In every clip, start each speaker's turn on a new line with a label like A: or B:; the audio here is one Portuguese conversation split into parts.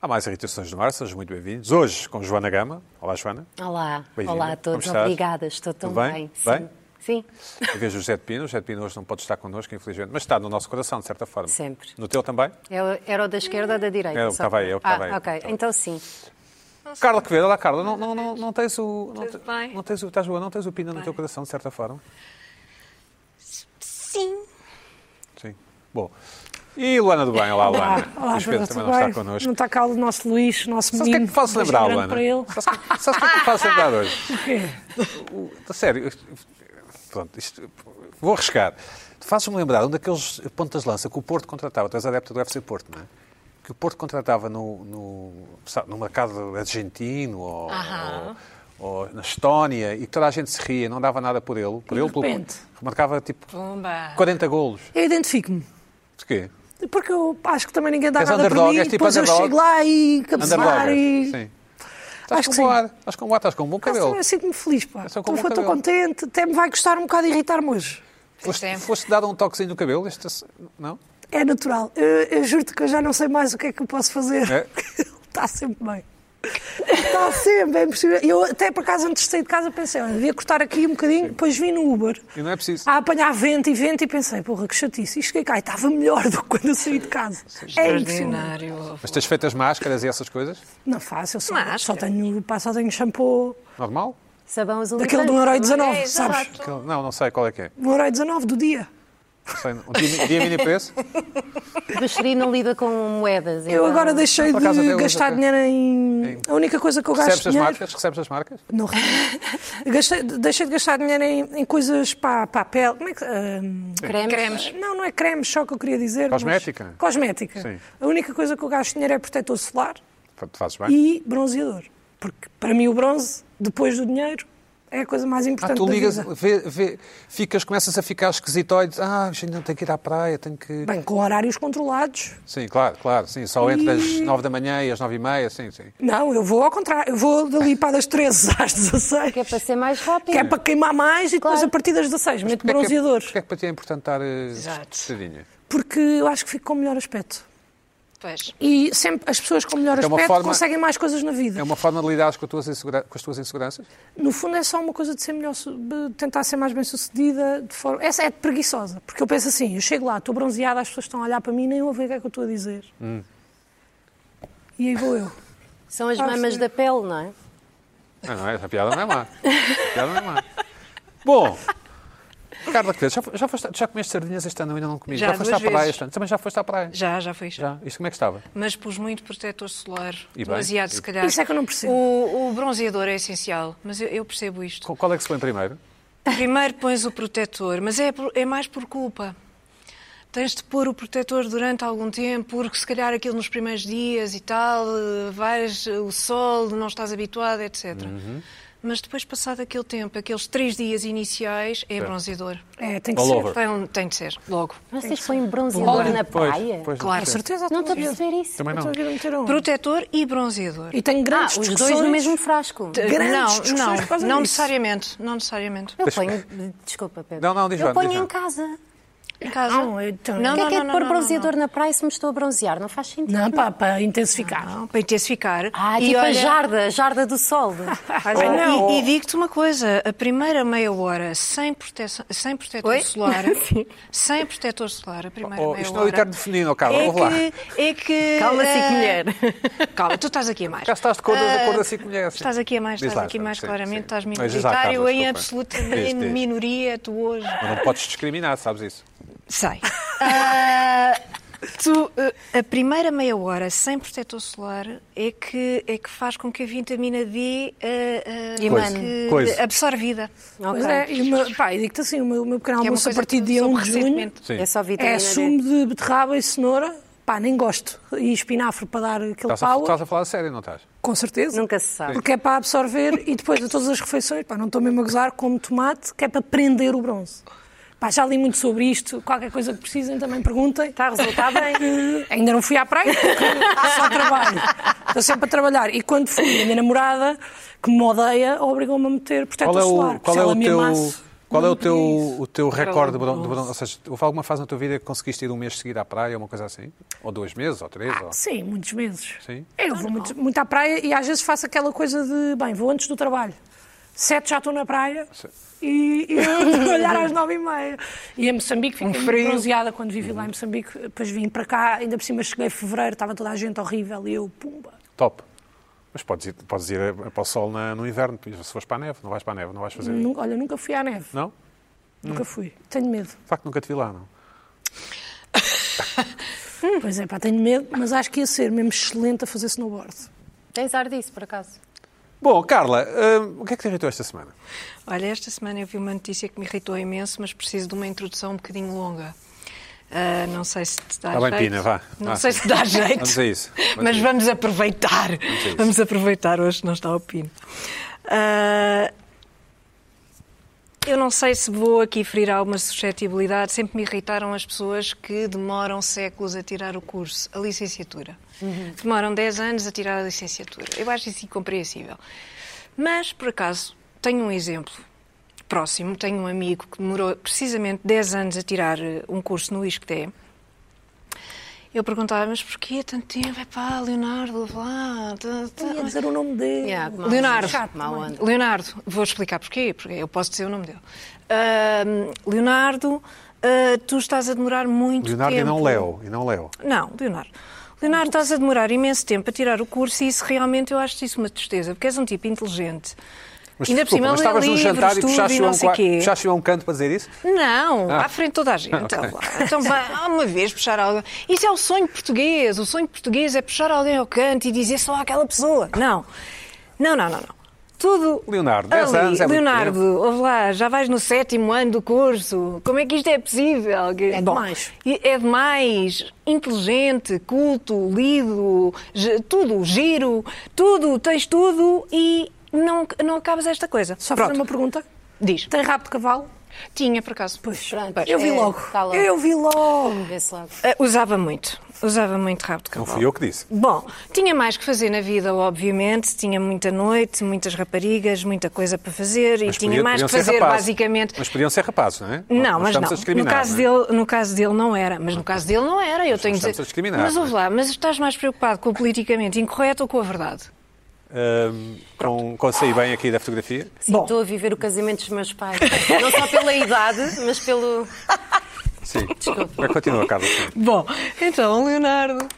A: Há mais irritações no ar, sejam muito bem-vindos. Hoje com Joana Gama. Olá, Joana.
B: Olá,
A: Bem-vinda.
B: olá
A: Como
B: a todos,
A: estás?
B: obrigada, estou tão
A: Tudo bem?
B: Sim.
A: Bem?
B: Sim,
A: Em vez do José de Pino, o José de Pino hoje não pode estar connosco, infelizmente, mas está no nosso coração, de certa forma.
B: Sempre.
A: No teu também?
B: Eu- era É o da esquerda ou da direita?
A: É, eu
B: só
A: estava
B: para-
A: aí, eu estava
B: ah,
A: aí.
B: ok,
A: Estava.
B: então sim.
A: Carla Quevedo, olá Carla, não, não, não, não tens o. Não,
C: Tudo
A: te-
C: bem?
A: não tens o. Estás boa, não tens o Pina no
C: Bem.
A: teu coração, de certa forma?
C: Sim.
A: Sim. Bom. E Luana do Bem, olá Luana. Luís Pedro
D: Pedro,
A: Ah, também
D: tudo
A: não está
D: bem?
A: connosco.
D: Não está cá o nosso Luís, o nosso
A: Sabe o que é
D: menino.
A: que me faz
D: Beijo
A: lembrar,
D: grande
A: Luana?
D: para ele.
A: Sabe sabe o que é que me faz lembrar hoje? O- Sério, pronto, isto- vou arriscar. Faz-me lembrar um daqueles pontas de lança que o Porto contratava, tu és adepto do FC Porto, não é? Que o Porto contratava no, no, sabe, no mercado argentino ou,
C: Aham.
A: ou- ou na Estónia e que toda a gente se ria, não dava nada por ele. Por
D: E de
A: ele, pelo-
D: repente?
A: Marcava tipo
D: É
C: Pumba.
A: 40 golos.
D: Eu identifico-me.
A: Porquê?
D: Porque eu acho que também ninguém dá
A: És
D: nada
A: underdog,
D: por mim.
A: és tipo
D: depois eu
A: underdog.
D: chego lá e cabecear
A: Underdogger.
D: e...
A: é. Sim. Estás
D: Acho
A: com
D: que
A: um bom
D: sim.
A: ar, estás com um bom ar, estás com um bom
D: Ah,
A: cabelo.
D: Eu sinto-me feliz, pá.
A: Eu sou como
D: Estou
A: o
D: estou
A: cabelo.
D: contente. Até me vai gostar um bocado irritar-me hoje.
A: Foste,
C: Sim.
A: foste dado um toquezinho no cabelo? Este, não?
D: É natural. Eu, eu juro-te que eu já não sei mais o que é que eu posso fazer.
A: É?
D: Está sempre bem. Está sempre, é impossível. Eu até por acaso, antes de sair de casa, pensei, olha, devia cortar aqui um bocadinho, depois vim no Uber.
A: E não é preciso.
D: a apanhar vento e vento e pensei, porra, que chatice. E cheguei cá e estava melhor do que quando eu saí de casa. É impressionante.
C: Extraordinário.
A: Mas tens feito as máscaras e essas coisas?
D: Não faço, eu só,
C: Máscara.
D: só tenho, pá, só tenho shampoo
A: Normal?
B: Sabão azul
D: daquele de 1,19€,
C: É,
D: sabes?
C: exato.
A: Aquele- Não, não sei qual é que é.
D: 1,19€ do dia.
A: Não sei, um dia, um dia mini preço?
B: O Xeri não lida com moedas. então.
D: Eu agora deixei
A: por acaso até
D: de
A: uso
D: gastar
A: até.
D: dinheiro em...
A: Em-
D: A única coisa que eu gasto
A: Recebes as
D: dinheiro...
A: marcas? Recebes as marcas?
D: Não, Gastei- deixei de gastar dinheiro em, em coisas para, para a pele. Como é que... ahm,
B: Cremes.
C: Cremes.
D: Não, não é creme, só o que eu queria dizer. mas-
A: Cosmética?
D: Cosmética.
A: Sim.
D: A única coisa que eu gasto dinheiro é protetor solar.
A: Fa- Fazes bem? Ah,
D: e bronzeador. Porque para mim o bronze, depois do dinheiro, é a coisa mais
A: Ah,
D: importante
A: tu
D: da
A: ligas,
D: vida.
A: vê, vê- ficas, começas a ficar esquisitoide. Ah, gente, não tenho que ir à praia, tenho que...
D: Bem, com horários controlados.
A: Sim, claro, claro, sim. Só entre as nove da manhã e as nove e meia, sim, sim.
D: Não, eu vou ao contrário. Eu vou dali para das 13 às 16.
B: Que é para ser mais rápido.
D: que é para queimar mais e depois
B: Claro.
D: a partir das 16 meto
A: Porquê é que,
D: bronzeador.
A: porquê que para ti é importante estar eh,
C: Exato.
A: vestidinha?
D: Porque eu acho que fico com o melhor aspecto.
C: Pois.
D: E sempre as pessoas com o melhor
A: É uma
D: aspecto
A: forma-
D: conseguem mais coisas na vida.
A: É uma forma de lidares com, as tuas insegura- com as tuas inseguranças?
D: No fundo é só uma coisa de ser melhor, su- de tentar ser mais bem sucedida de forma. Essa é de preguiçosa, porque eu penso assim, eu chego lá, estou bronzeada, as pessoas estão a olhar para mim e nem ouvem o que é que eu estou a dizer.
A: Hum.
D: E aí vou eu.
B: São as
D: Ah,
B: mamas
D: sim.
B: da pele, não é?
A: Ah, não, essa piada não é má. Essa piada não é má. Bom, Carla Quevedo, já, fo- já, foste, já comeste sardinhas este ano? Eu Ainda não comi.
C: Já,
A: foste à
C: duas
A: praia
C: vezes.
A: este ano? Também já foste à praia?
C: Já, já foi. Já.
A: Já? Isto como é que estava?
C: Mas pus muito protetor solar.
A: E bem.
C: Demasiado,
A: E-
C: se calhar.
D: Isso é que eu não percebo.
C: O, o bronzeador é essencial, mas eu, eu percebo isto.
A: Co- Qual é que se põe primeiro?
C: Primeiro pões o protetor, mas é, por- é mais por culpa. Tens de pôr o protetor durante algum tempo, porque se calhar aquilo nos primeiros dias e tal, eh, vais, eh, o sol, não estás habituado, etc.
A: Uhum.
C: Mas depois, passado aquele tempo, aqueles três dias iniciais, é bronzeador.
D: É, tem que
A: All
D: ser.
A: over.
C: Tem, um- tem de ser, logo.
B: Vocês põem bronzeador na
A: Pois,
B: praia?
A: pois,
C: Claro.
D: Com certeza,
B: Não estou
D: estou
B: a perceber isso.
A: Também não.
D: a ver meter a onda.
C: Protetor e bronzeador.
D: E tenho
B: Ah,
D: grandes
B: os dois
D: discussões.
B: no mesmo frasco.
C: T-
D: grandes
C: não,
D: discussões
C: não,
D: por causa
C: não
D: disso.
C: necessariamente, não necessariamente.
B: Eu ponho... Desculpa, Pedro.
A: Não, não, diz
B: Eu
A: lá,
B: ponho
A: diz lá.
B: em casa.
C: Em casa.
D: Não, então-
B: O
C: não,
B: que é
C: não,
B: que é
C: não,
B: de pôr
C: não,
B: bronzeador na praia se me estou a bronzear? Não faz sentido.
D: Não, pá, para intensificar.
C: não, não. Para intensificar.
B: Ah,
C: E
B: tipo a
C: olha-
B: jarda, a jarda do sol.
C: Faz-
D: Ou-
C: Não,
D: ou-
C: E, e digo-te uma coisa, a primeira meia hora sem, proteção, sem protetor
B: Oi?
C: solar, sem protetor solar, a primeira
A: Oh,
C: meia
A: isto não é o
C: hora...
A: eterno feminino, Carla,
C: é
A: ouve lá.
C: que, é que...
B: Calma-se,
C: eh,
B: mulher.
C: Calma, tu estás aqui a mais.
A: Já estás de cor da- da cor da
C: Ah,
A: cinco mulheres, sim.
C: Estás aqui a mais,
A: Diz
C: estás
A: lá, então,
C: aqui
A: sim,
C: mais
A: sim,
C: claramente,
A: sim.
C: estás
A: Mas diz lá, Carla,
C: minoritário, em
A: desculpa.
C: absoluta
A: Diz, diz.
C: minoria, tu hoje...
A: Mas Não podes discriminar, sabes isso?
C: Sei. Ah, tu, ah, a primeira meia hora sem protetor solar é que, é que faz com que a vitamina D ah, ah,
B: Coisa,
C: que
A: coisa.
C: absorvida.
D: Pois é, e o meu- pá, e digo-te assim, o meu, o meu pequeno
C: Que é uma
D: almoço a
C: coisa
D: partir
C: que
D: do dia 1
C: soube
D: de junho
C: recentemente.
A: Sim.
B: É só vitamina
D: é
B: D.
D: sumo de beterraba e cenoura. Pá, nem gosto. E espinafre para dar aquele
A: Estás a,
D: pau.
A: estás a falar sério, não estás?
D: Com certeza.
B: Nunca se sabe.
D: Porque é para absorver e depois de todas as refeições, pá, não estou mesmo a gozar, como tomate, que é para prender o bronze. Pá, já li muito sobre isto, qualquer coisa que precisem também perguntem.
B: Está a resultar bem.
D: Eh, Ainda não fui à praia, porque só trabalho. Estou sempre a trabalhar. E quando fui, a minha namorada, que me odeia, obrigou-me a meter protetor
A: Qual é o,
C: Então,
D: solar.
A: qual
D: Se
A: é
D: ela
A: o
D: me
A: teu,
D: amasse-
A: Qual é o
C: Não
A: teu,
C: pedi isso.
A: o teu
C: Era
A: recorde de
C: logo
A: verão? de verão?
C: doce.
A: Ou seja, houve alguma fase na tua vida que conseguiste ir um mês seguido à praia, uma coisa assim? Ou dois meses, ou
C: Ah,
A: três? ou...
D: Sim, muitos meses. É,
A: Sim.
D: Eu vou muito, muito à praia e às vezes faço aquela coisa de, bem, vou antes do trabalho. Sete já estou na praia
A: Sim.
D: e, e eu vou trabalhar às nove e meia. E em Moçambique fiquei
C: Um
D: muito
C: frio.
D: bronzeada quando vivi lá em Moçambique. Depois vim para cá, ainda por cima cheguei em fevereiro, estava toda a gente horrível e eu, pumba.
A: Top. Mas podes ir, podes ir a- para o sol na- no inverno, se fores para a neve. Não vais para a neve, não vais fazer...
D: Nun- olha, nunca fui à neve,
A: Não?
D: nunca fui. Tenho medo.
A: De facto, nunca te vi lá, não?
D: Pois é, pá, tenho medo, mas acho que ia ser mesmo excelente a fazer snowboard.
B: Tens ar disso, por acaso.
A: Bom, Carla, hum, o que é que te irritou esta semana?
C: Olha, esta semana eu vi uma notícia que me irritou imenso, mas preciso de uma introdução um bocadinho longa. Ah, não sei se te dá
A: Tá bem,
C: jeito.
A: Pina, vá.
C: Não
A: Vá.
C: sei se dá jeito.
A: Vamos a isso. Vamos a
C: É mas
A: isso.
C: vamos aproveitar. Vamos,
A: isso.
C: aproveitar hoje, não está o Pino. Ah, eu não sei se vou aqui ferir alguma suscetibilidade. Sempre me irritaram as pessoas que demoram séculos a tirar o curso, a licenciatura. Demoram 10 anos a tirar a licenciatura. Eu acho isso incompreensível. Mas, por acaso, tenho um exemplo próximo. Tenho um amigo que demorou precisamente 10 anos a tirar eh, um curso no ISCTE. Eu perguntava, mas porquê tanto tempo? É pá, Leonardo, vá lá. tá, tá."
D: Ia dizer o nome dele.
B: Yeah, que mal-
C: Leonardo,
B: chato, é? mal onda.
C: Leonardo, vou explicar porquê, porque eu posso dizer o nome dele. Ahm, Leonardo, ah, tu estás a demorar muito
A: Leonardo
C: tempo.
A: e não Leo. E não Leo.
C: Não, Leonardo. Leonardo, estás a demorar imenso tempo a tirar o curso e isso realmente eu acho isso uma tristeza, porque és um tipo inteligente.
A: Mas,
C: Ainda por
A: desculpa,
C: cima,
A: mas
C: lê
A: estavas num
C: livros,
A: jantar e
C: tudo,
A: puxaste-o a
C: não
A: um
C: sei
A: qua-
C: quê.
A: puxaste-o a um canto para dizer isso?
C: Não,
A: Ah.
C: à frente de toda a gente. Então, lá. então vá, uma vez puxar alguém. Isso é o sonho português. O sonho português é puxar alguém ao canto e dizer só àquela pessoa. Não. Não, não, não, não. Tudo.
A: Leonardo, 10
C: ali.
A: anos é muito
C: Leonardo, ouve lá, já vais no sétimo ano do curso. Como é que isto é possível?
D: É
C: Bom,
D: demais.
C: e É demais. Inteligente, culto, lido, ge- tudo, giro, tudo, tens tudo e não, não acabas esta coisa.
D: Só fazer
C: Pronto,
D: uma pergunta.
C: diz.
D: Tem rabo de cavalo?
C: Tinha, por acaso. Pois,
B: Pronto,
D: Eu vi
B: é,
D: logo.
B: Tá logo.
D: Eu vi logo.
B: Vê-se logo.
C: Ah, usava muito, usava muito rabo de
A: Não
C: cavalo.
A: fui eu que disse.
C: Bom, tinha mais que fazer na vida, obviamente. Tinha muita noite, muitas raparigas, muita coisa para fazer
A: Mas
C: e tinha
A: podia-
C: mais
A: podiam
C: que
A: ser
C: fazer,
A: rapazes.
C: basicamente.
A: Mas podiam ser rapazes, não é?
C: Não, mas
A: estamos
C: não.
A: a
C: No
A: discriminar,
C: caso,
A: não é?
C: dele, no caso dele não era. Mas no caso dele não era. Eu tenho
A: não
C: que dizer.
A: estamos a discriminar,
C: mas ouve
A: não é?
C: lá, mas estás mais preocupado com o politicamente incorreto ou com a verdade?
A: Ahm, com, com sair bem aqui da fotografia.
B: Sim,
C: Bom.
B: estou a viver o casamento dos meus pais. Não só pela idade, mas pelo.
A: Sim. Desculpa. Continua, Carlos.
C: Bom, então, Leonardo,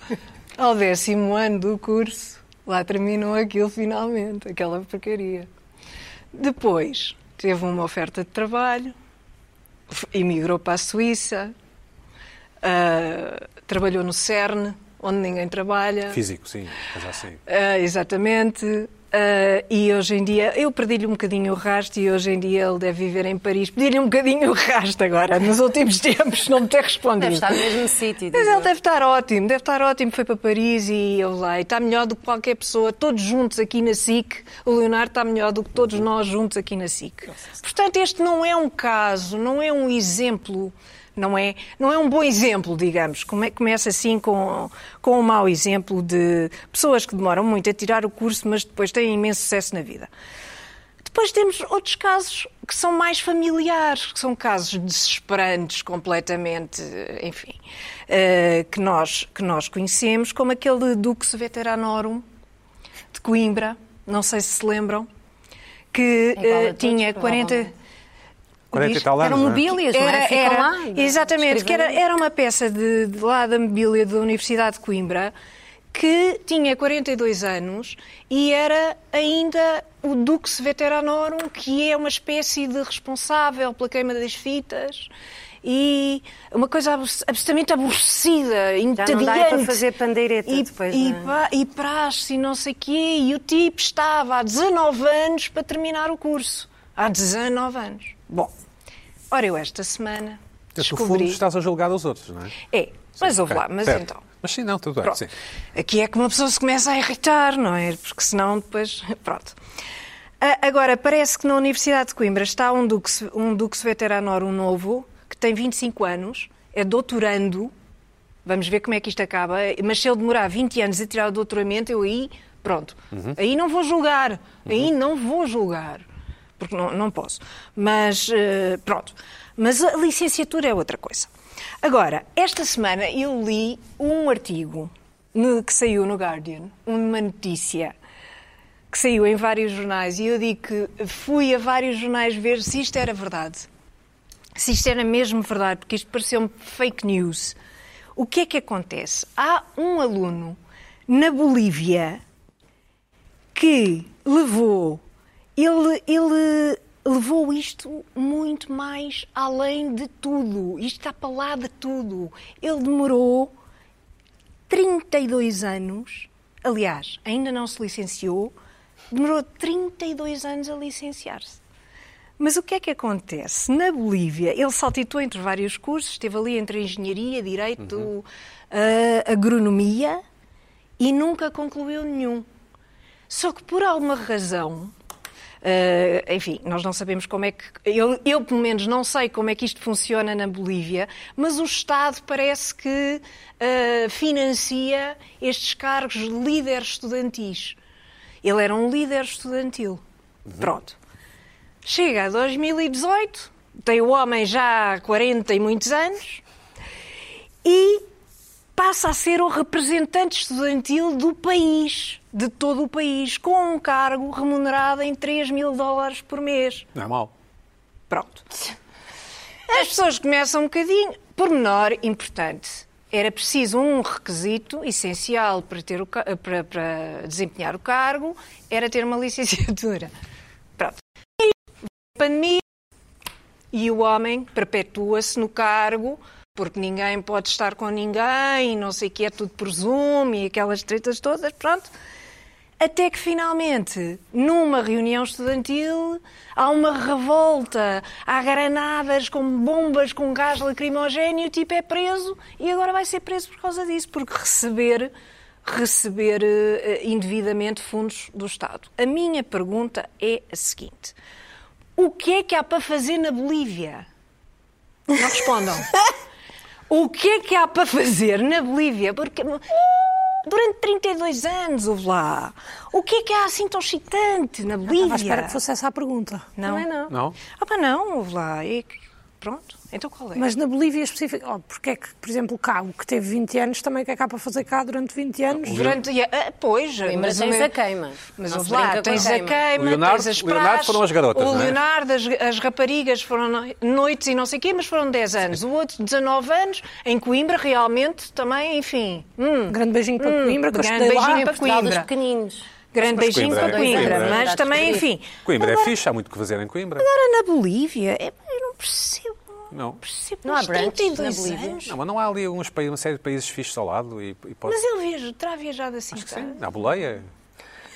C: ao décimo ano do curso, lá terminou aquilo finalmente, aquela porcaria. Depois, teve uma oferta de trabalho, f- emigrou para a Suíça, ah, trabalhou no CERN, onde ninguém trabalha.
A: Físico, sim. Mas assim.
C: Ah, exatamente. Ah, e hoje em dia, eu perdi-lhe um bocadinho o rasto e hoje em dia ele deve viver em Paris. Perdi-lhe um bocadinho o rasto agora, nos últimos tempos, não me ter respondido.
B: Deve estar no mesmo sítio.
C: Mas
B: digo
C: ele
B: eu.
C: deve estar ótimo, deve estar ótimo. Foi para Paris e eu lá. E está melhor do que qualquer pessoa, todos juntos aqui na SIC. O Leonardo está melhor do que todos nós juntos aqui na SIC. Portanto, este não é um caso, não é um exemplo, não é, não é um bom exemplo, digamos. Come- Começa assim com, com um mau exemplo de pessoas que demoram muito a tirar o curso, mas depois têm imenso sucesso na vida. Depois temos outros casos que são mais familiares, que são casos desesperantes completamente, enfim, eh, que nós, que nós conhecemos, como aquele Dux Veteranorum de Coimbra, não sei se se lembram, que
B: É igual a
C: eh,
B: todos,
C: tinha 40...
B: provavelmente.
A: 40 e tal anos,
B: Eram
A: não é?
B: mobílias, não é? Ficam lá. não é?
C: Exatamente, que era,
B: Escrevem.
C: era uma peça de, de lá da mobília da Universidade de Coimbra que tinha 42 anos e era ainda o Dux Veteranorum, que é uma espécie de responsável pela queima das fitas e uma coisa abs- absolutamente aborrecida,
B: dá
C: entediante.
B: para fazer pandeireta
C: e,
B: depois,
C: e,
B: não é?
C: pá, e praxe e não sei quê. E o tipo estava há 19 anos para terminar o curso. Há 19 anos. Bom, ora eu esta semana
A: Tu, no fundo,
C: descobri...
A: estás a julgar os outros, não é?
C: É, mas ouve lá,
A: Ok,
C: mas
A: certo.
C: então...
A: Mas sim, não, tudo bem.
C: Pronto.
A: Sim.
C: Aqui é que uma pessoa se começa a irritar, não é? Porque senão depois. Pronto. Ah, Agora, parece que na Universidade de Coimbra está um Dux, um Dux Veteranorum novo, que tem 25 anos, é doutorando. Vamos ver como é que isto acaba. Mas se ele demorar 20 anos a tirar o
A: Uhum.
C: doutoramento, eu aí. Pronto. Aí não vou julgar. Aí não vou julgar. porque não, não posso. Mas eh, pronto. Mas a licenciatura é outra coisa. Agora, esta semana eu li um artigo no- que saiu no Guardian, uma notícia que saiu em vários jornais e eu digo que fui a vários jornais ver se isto era verdade. Se isto era mesmo verdade, porque isto pareceu-me fake news. O que é que acontece? Há um aluno na Bolívia que levou ele, ele levou isto muito mais além de tudo. Isto está para lá de tudo. Ele demorou 32 anos, aliás, ainda não se licenciou, demorou 32 anos a licenciar-se. Mas o que é que acontece? Na Bolívia, ele saltitou entre vários cursos, esteve ali entre engenharia, direito, ah, agronomia e nunca concluiu nenhum. Só que por alguma razão, eh, enfim, nós não sabemos como é que. Eu, eu, pelo menos, não sei como é que isto funciona na Bolívia, mas o Estado parece que eh, financia estes cargos de líderes estudantis. Ele era um líder estudantil. Pronto. Chega a 2018, tem o homem já há 40 e muitos anos e passa a ser o representante estudantil do país, de todo o país, com um cargo remunerado em 3 mil dólares por mês.
A: Não é mau.
C: Pronto. As pessoas começam um bocadinho. Pormenor importante. Era preciso um requisito essencial para, ter o ca- para- para desempenhar o cargo, era ter uma licenciatura. Pronto. E pandemia e o homem perpetua-se no cargo porque ninguém pode estar com ninguém, e não sei o que é tudo por Zoom e aquelas tretas todas, pronto. Até que finalmente, numa reunião estudantil, há uma revolta, há granadas com bombas com gás lacrimogéneo, o tipo é preso e agora vai ser preso por causa disso, porque receber receber eh, indevidamente fundos do Estado. A minha pergunta é a seguinte: o que é que há para fazer na Bolívia? Não respondam. o que é que há para fazer na Bolívia? Porque hum, durante 32 anos, houve lá. O que é que há assim tão excitante na
D: Estava à
C: Bolívia?
D: espera que fosse essa a pergunncia
C: Não.
D: Também não.
A: Não?
C: Ah, pá, não, houve lá. E... Pronto, então qual é?
D: Mas na Bolívia específica, oh, porque é que, por exemplo, cá, o que teve 20 anos, também o que é cá para fazer cá durante 20 anos?
C: Durante. e- ah, pois,
B: é? Mas
C: o
B: tens
C: meu-
B: a queima.
C: Mas
B: Não
C: houve
B: se
C: lá,
B: brinca com
C: tens a queima,
A: O Leonardo-
C: tens as
A: o Leonardo
C: praxes,
A: foram as garotas, não
C: O
A: é?
C: Leonardo, as, as raparigas foram no- noites e não sei o quê, mas foram 10 anos. O outro, 19 anos, em Coimbra, realmente, também, enfim. Hum,
D: Um grande beijinho para Coimbra, que eu
C: grande
D: estudei lá.
C: beijinho
B: Em
C: para
B: Portugal dos
C: Coimbra.
B: pequeninos.
C: grande
A: Mas
C: beijinho
A: Coimbra
C: para
A: é-
C: Coimbra.
A: Coimbra é-
C: Mas também, enfim.
A: Coimbra é fixe, há muito que fazer em Coimbra.
C: Agora na Bolívia, é, eu não percebo.
A: Não.
C: percebo
B: Não há
C: mas
B: brunch
C: 32
B: na Bolívia?
C: anos.
A: Não, mas não há ali uns, pa- uma série de países fixos ao lado e, e pode.
C: Mas ele viaja, terá viajado assim. tá?
A: Sim, na boleia.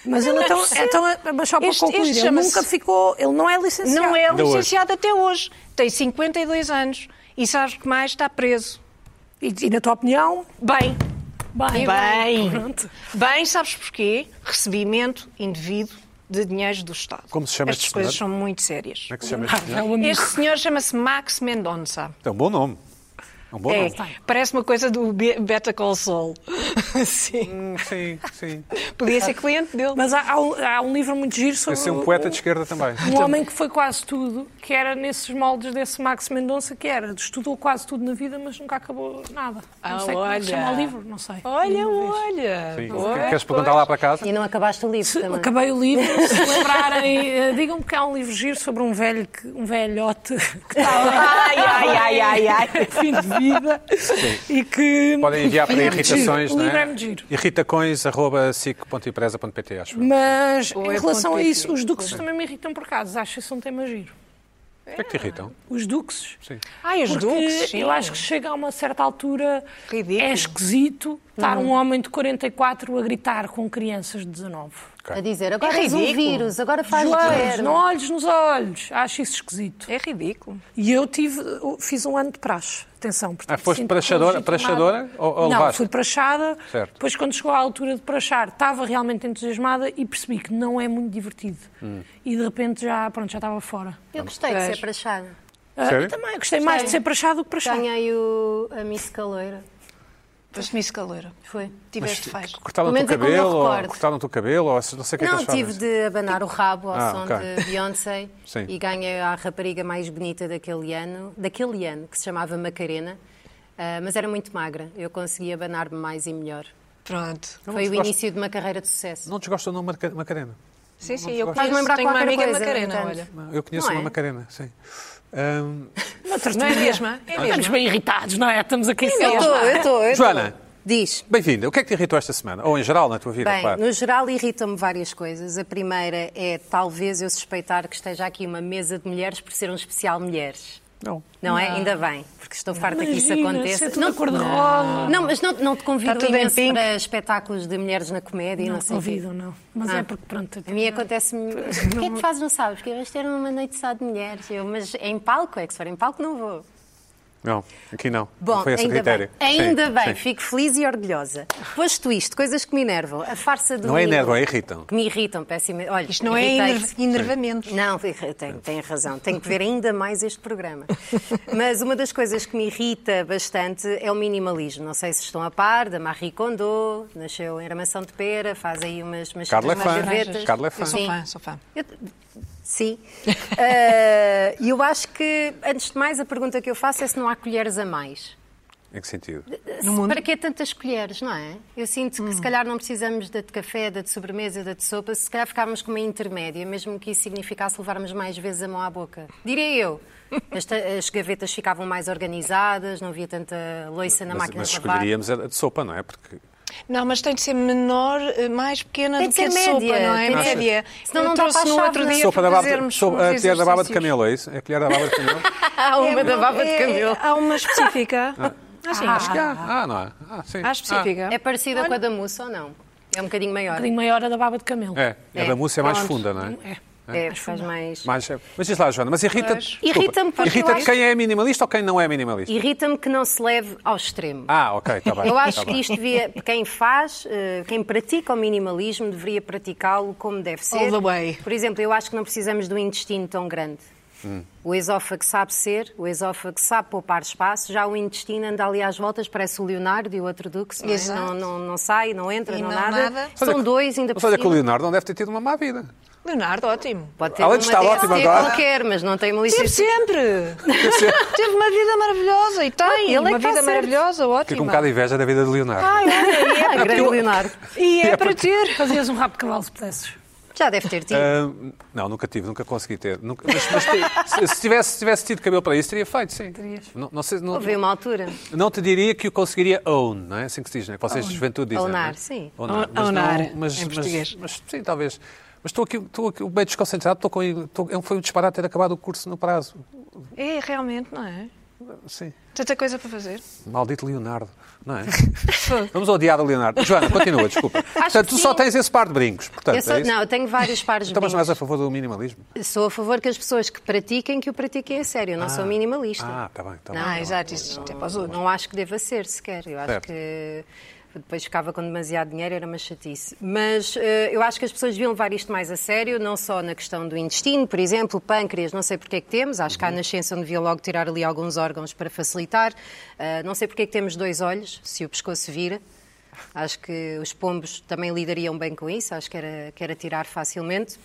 D: Mas ele então, então, mas só para
C: Este-
D: concluir,
C: este
D: ele
C: chama-se-
D: nunca ficou, ele não é licenciado.
C: Não é
A: Ainda hoje.
C: licenciado até hoje. Tem 52 anos. E sabes que mais? Está preso.
D: E, e na tua opinião,
C: Bem.
D: bem,
C: Bem.
D: Pronto.
C: Bem, sabes porquê? Recebimento indevido de dinheiros do Estado.
A: Como se chama
C: Estas
A: este
C: coisas
A: senhor?
C: são muito sérias.
A: Como é que se chama este senhor?
C: Este senhor chama-se Max Mendonça.
A: É um bom nome. É um bom
C: É,
A: nome.
C: parece uma coisa do Be- Beta Call Saul. Sim.
A: Hum, Sim, sim.
C: Podia ser cliente dele.
D: Mas há, há um- há um livro muito giro
A: Deve
D: sobre
A: ser um
D: o-
A: poeta de esquerda também.
D: um homem que foi quase tudo, que era nesses moldes desse Max Mendonça, que era, estudou quase tudo na vida, mas nunca acabou nada.
C: Ah,
D: não sei como é que se chama
C: olha.
D: o livro, não sei.
C: Olha, olha.
A: Sim.
C: Pois,
B: é?
A: Queres
C: pois.
A: perguntar lá para casa?
B: E não acabaste o livro
D: Se-
B: também.
D: Acabei o livro, se lembrarem, eh, digam-me que há um livro giro sobre um velho, que, um velhote que está
C: Ai, ai, ai, ai, ai.
D: em fim de vida e que...
A: Podem enviar para
D: O livro é muito giro,
A: irritações,
D: O
A: não
D: livro é
A: é?
D: muito giro.
A: irritacões.sic.empresa.pt, acho eu.
D: Mas
C: Ou
D: em
C: é
D: relação a
C: ponto
D: isso,
C: PT.
D: os duques também me irritam por acaso, acho isso um tema giro.
A: O que é que te irritam?
D: Os duques.
A: Sim.
C: Ai, os
D: Porque
C: duques. sim.
D: eu acho que chega a uma certa altura
C: Ridículo.
D: é esquisito estar um homem de 44 a gritar com crianças de 19.
B: A dizer, agora
C: É
B: és um
C: ridículo.
B: vírus, agora faz o que
D: Joelhos,
B: quer.
D: não olhes nos olhos. Acho isso esquisito.
C: É ridículo.
D: E eu tive, eu fiz um ano de praxe. Atenção. Portanto,
A: Ah, foste
D: sinto-me
A: praxadora-
D: legitimada.
A: praxadora ou- ou
D: Não,
A: levaste?
D: fui praxada.
A: Certo.
D: Depois, quando chegou à altura de praxar, estava realmente entusiasmada e percebi que não é muito divertido.
A: Hum.
D: E de repente já, pronto, já estava fora.
B: Eu gostei de
C: Pois.
B: ser prachada.
D: Ah,
A: Sério?
D: também, gostei mais de ser praxado do que praxar.
B: Ganhei o, a Miss Caloeira.
C: Foste Miss Caloira.
B: Foi.
C: Tiveste faz.
A: Cortaram o
B: Pelo
A: teu
B: menos é como eu
A: cabelo, ou
B: recordo.
A: cortaram o teu cabelo, ou não sei o que é que
B: Não,
A: eles fazem.
B: tive de abanar o rabo ao
A: Ah,
B: som
A: ok.
B: de Beyoncé
A: Sim.
B: e ganhei a rapariga mais bonita daquele ano, daquele ano que se chamava Macarena, ah, mas era muito magra. Eu consegui abanar-me mais e melhor.
C: Pronto.
A: Não
B: Foi
A: te
B: o
A: gosto-
B: início de uma carreira de sucesso.
A: Não desgosta o nome Maca- Macarena?
C: Sim, sim, eu
B: Faz-me
C: conheço,
B: lembrar
C: tenho uma
B: qualquer
C: amiga
B: coisa,
C: Macarena,
B: no
C: olha.
B: entanto.
A: Não, Eu conheço
B: Não
A: uma
B: é? Hum,
A: Macarena, sim. Hum, Ahm,
C: Não é mesmo? É
D: Estamos
C: mesmo.
D: bem irritados, não é? Estamos aqui
B: Eu
D: só.
B: estou, eu estou.
A: Joana,
B: Diz.
A: bem-vinda. O que é que te irritou esta semana? Ou em geral na tua vida,
B: Bem,
A: claro.
B: no geral irritam-me várias coisas. A primeira é talvez eu suspeitar que esteja aqui uma mesa de mulheres por ser um especial mulheres.
A: Não.
B: Não é? Ainda bem, porque estou farta é que isso
D: Imagina,
B: aconteça.
C: é
D: ser tudo a cor-de-rosa.
B: Não, mas não, não te
C: Está
B: convido
C: tudo em
B: imenso
C: pink.
B: para espetáculos de mulheres na comédia e não,
D: Não
B: sei o quê.
D: convido, não. Mas
B: Ah.
D: é porque, pronto.
B: A mim acontece-me. O que é que fazes, não sabes? Porque vais ter uma noite só de mulheres. Eu, mas em palco, é que se for em palco, não vou.
A: Não, aqui não.
B: Bom,
A: não foi esse o
B: ainda
A: critério.
B: bem, ainda
A: Sim,
B: bem
A: sim.
B: fico feliz e orgulhosa. Posto isto, coisas que me enervam. A farsa do.
A: Não é
B: menino,
A: enervam, é irritam.
B: Que me irritam, péssimo. Olha,
C: Isto não é
B: irritei-te.
C: enerv- enervamento.
B: Não, tem, tem razão. Tenho que ver ainda mais este programa. Mas uma das coisas que me irrita bastante é o minimalismo. Não sei se estão a par da Marie Kondo, nasceu em Armação de Pera, faz aí umas, umas
A: Carla é
B: umas
A: fã.
B: gavetas.
A: Carla é fã.
C: Eu sou
B: Sim.
C: fã, sou fã.
B: Eu- Sim. Eh, E eu acho que, antes de mais, a pergunta que eu faço é se não há colheres a mais.
A: Em que sentido?
B: Se- Para que é tantas colheres, não é? Eu sinto que se calhar não precisamos da de café, da de sobremesa, da de sopa, se calhar ficávamos com uma intermédia, mesmo que isso significasse levarmos mais vezes a mão à boca. Diria eu. Esta- as gavetas ficavam mais organizadas, não havia tanta loiça na
A: mas,
B: máquina
A: mas
B: de lavar.
A: escolheríamos a de sopa, não é? Porque
C: Não, mas tem de ser menor, eh, mais pequena
B: Tem
C: do
B: de
C: que a
B: ser média,
C: sopa, não é?
B: tem
A: de ser-
C: Média.
B: Senão
C: Eu
B: não dá
C: trouxe
B: para
C: no
B: a
C: outro
B: chave,
C: dia
B: não.
A: é? sopa da
C: para
A: baba,
C: fazermos
B: um
A: sopa-
C: uns
A: a colher da baba de
C: exercícios.
A: camelo, é isso? É a colher da baba de camelo?
B: Ah, uma da baba de
C: É,
B: cabelo.
C: Há uma específica. Ah, sim, acho que há.
A: Ah, não há. Ah, sim.
C: Há específica.
B: É parecida com a da mousse ou não? É um bocadinho maior.
D: Um bocadinho meia hora da baba de camelo.
A: Ah, é. A
B: É.
A: da mousse é mais
B: Pronto.
A: funda, não é?
D: É.
B: É, faz mais.
A: Mais, eh, mas diz lá, Joana, mas irrita-te.
C: Pois.
A: desculpa,
B: Irrita-me porque eu
A: Irrita-te
B: acho-
A: quem é minimalista ou quem não é minimalista?
B: Irrita-me que não se leve ao extremo.
A: Ah, ok, está bem.
B: Eu acho
A: tá
B: que
A: bem.
B: isto devia, quem faz, eh, quem pratica o minimalismo deveria praticá-lo como deve ser.
C: All the way.
B: Por exemplo, eu acho que não precisamos de um intestino tão grande.
A: Hum.
B: O esófago sabe ser, o esófago sabe poupar espaço, já o intestino anda ali às voltas, parece o Leonardo e o outro Dux, não, é?
C: Exato.
B: não, não, não sai, não entra,
C: E
B: não,
C: não
B: nada.
C: nada.
A: Mas olha
B: São
A: que-
B: dois ainda por
A: Mas olha que o
B: cima.
A: Leonardo não deve ter tido uma má vida.
C: Leonardo, ótimo.
B: Pode ter
A: Além
B: uma
A: de estar
B: DST
A: ótimo agora.
B: qualquer, mas não tem uma
C: Teve
B: licença.
C: sempre. Teve uma vida maravilhosa e
B: Ele
C: tem.
B: é que
C: uma
B: está
C: vida
B: certo.
C: maravilhosa,
A: Fico um
C: ótima.
A: bocado de inveja da vida de Leonardo.
B: Ai, olha, e é para grande Leonardo.
C: E é para ter.
D: Fazias um rabo de cavalo se pudesses.
B: Já deve ter tido.
A: Ah, não, nunca tive, nunca consegui ter. Nunca- mas mas te- se, se tivesse, se tivesse tido cabelo para isso, teria feito, sim. Não, não sei, não,
B: Houve uma altura.
A: não te diria que o conseguiria own, não é? Assim que se diz, não é? Que Vocês de juventude dizem.
B: Ownar,
A: não é?
B: sim.
A: Ownar.
C: Own-
A: Mas não-
C: ownar,
A: mas-
C: em
A: mas-
C: português.
A: Mas sim, talvez. Mas estou aqui, estou aqui meio desconcentrado, estou com, estou, é um- foi um disparate ter acabado o curso no prazo.
C: É, realmente, não é?
A: Sim.
C: Tanta coisa para fazer.
A: Maldito Leonardo, não é? Vamos odiar o Leonardo. Joana, continua, desculpa. Portanto, tu
B: que
A: só
B: sim.
A: tens esse par de brincos. Portanto,
B: Eu sou-
A: é isso?
B: não, eu tenho vários pares de
A: Então, mas não
B: brincos.
A: és a favor do minimalismo?
B: Sou a favor que as pessoas que pratiquem, que o pratiquem a sério. Eu não sou minimalista.
A: Ah, está bem, está bem.
B: Não, é
A: tá
C: Ah,
A: bem.
C: exato, isso até para os outros.
B: Não acho que deva ser sequer. Eu acho
A: Certo.
B: que depois ficava com demasiado dinheiro, era uma chatice. Mas eh, eu acho que as pessoas deviam levar isto mais a sério, não só na questão do intestino, por exemplo, pâncreas, não sei porque é que temos. Acho que à nascença devia logo tirar ali alguns órgãos para facilitar. Eh, não sei porque é que temos dois olhos, se o pescoço vira. Acho que os pombos também lidariam bem com isso, acho que era, que era tirar facilmente.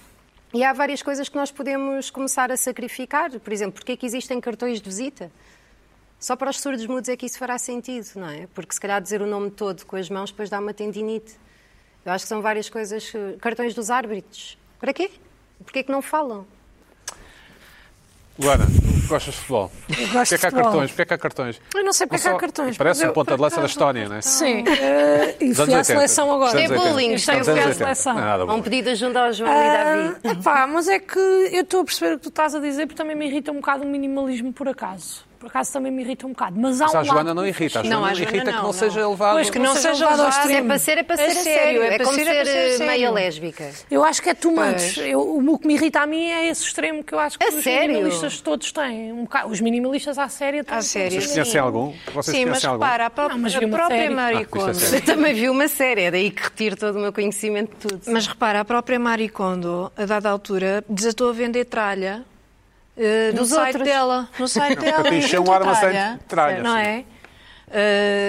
B: E há várias coisas que nós podemos começar a sacrificar. Por exemplo, porque é que existem cartões de visita? Só para os surdos mudos é que isso fará sentido, não é? Porque se calhar dizer o nome todo com as mãos depois dá uma tendinite. Eu acho que são várias coisas. eh, Cartões dos árbitros. Para quê? Porquê é que não falam?
A: Luana, tu gostas de futebol?
D: Eu
A: Porquê
D: gosto
A: é que há
D: de futebol.
A: cartões? Porquê é que há cartões?
D: Eu não sei porque é
A: Não só-
D: há cartões.
A: Parece
D: mas
A: um
D: eu-
A: ponta de lança da
D: por
A: história, não é?
D: acaso- Sim. eh, E
A: Dos
D: fui à
A: anos 80.
D: seleção
A: Dos
D: agora.
A: anos
B: É
A: 80.
B: bullying,
A: Dos
B: foi
A: anos
B: a
A: 80.
D: seleção.
A: Nada
B: Há um
A: bom.
B: pedido de ajuda ao João e
D: Ah,
B: Davi.
D: epá, mas é que eu estou a perceber o que tu estás a dizer, porque também me irrita um bocado o minimalismo, por acaso. Por acaso também me irrita um bocado. Mas há
A: Mas
D: um
A: a Joana
D: lado
A: não
D: que me
A: irrita. A Joana
D: fascina.
C: Não,
A: não,
C: a Joana
A: irrita que
C: não,
A: não seja
C: não.
A: levado...
D: Pois que não seja
C: levado ao
D: levado ao
B: É
C: extremo.
B: para ser, é para ser a sério. É,
C: para
B: como
C: ser,
B: ser,
C: é para ser
B: eh,
C: sério.
B: meia lésbica.
D: Eu acho que é too
C: Pois.
D: much. Eu- o que me irrita a mim é esse extremo que eu acho que
B: A
D: os
B: sério?
D: minimalistas todos têm. Um bocado- os minimalistas à séria também
C: À séria.
A: Vocês conhecem algum? Vocês
C: Sim, mas
A: conhecem algum?
C: repara, a, pró-
D: Não, mas
C: a
D: vi uma
C: própria
D: série.
A: Ah,
C: Marie
A: isto é
C: Kondo.
A: sério.
B: Eu também vi uma série, é daí que retiro todo o meu conhecimento de tudo.
C: Mas repara, a própria Marie Kondo, a dada altura, desatou a vender tralha eh, no
B: Dos
C: site
B: outros.
C: dela. No site dela.
A: para encher um
C: vendeu
A: armazém
C: tralha,
A: de tralha,
C: Não
A: sim.
C: é?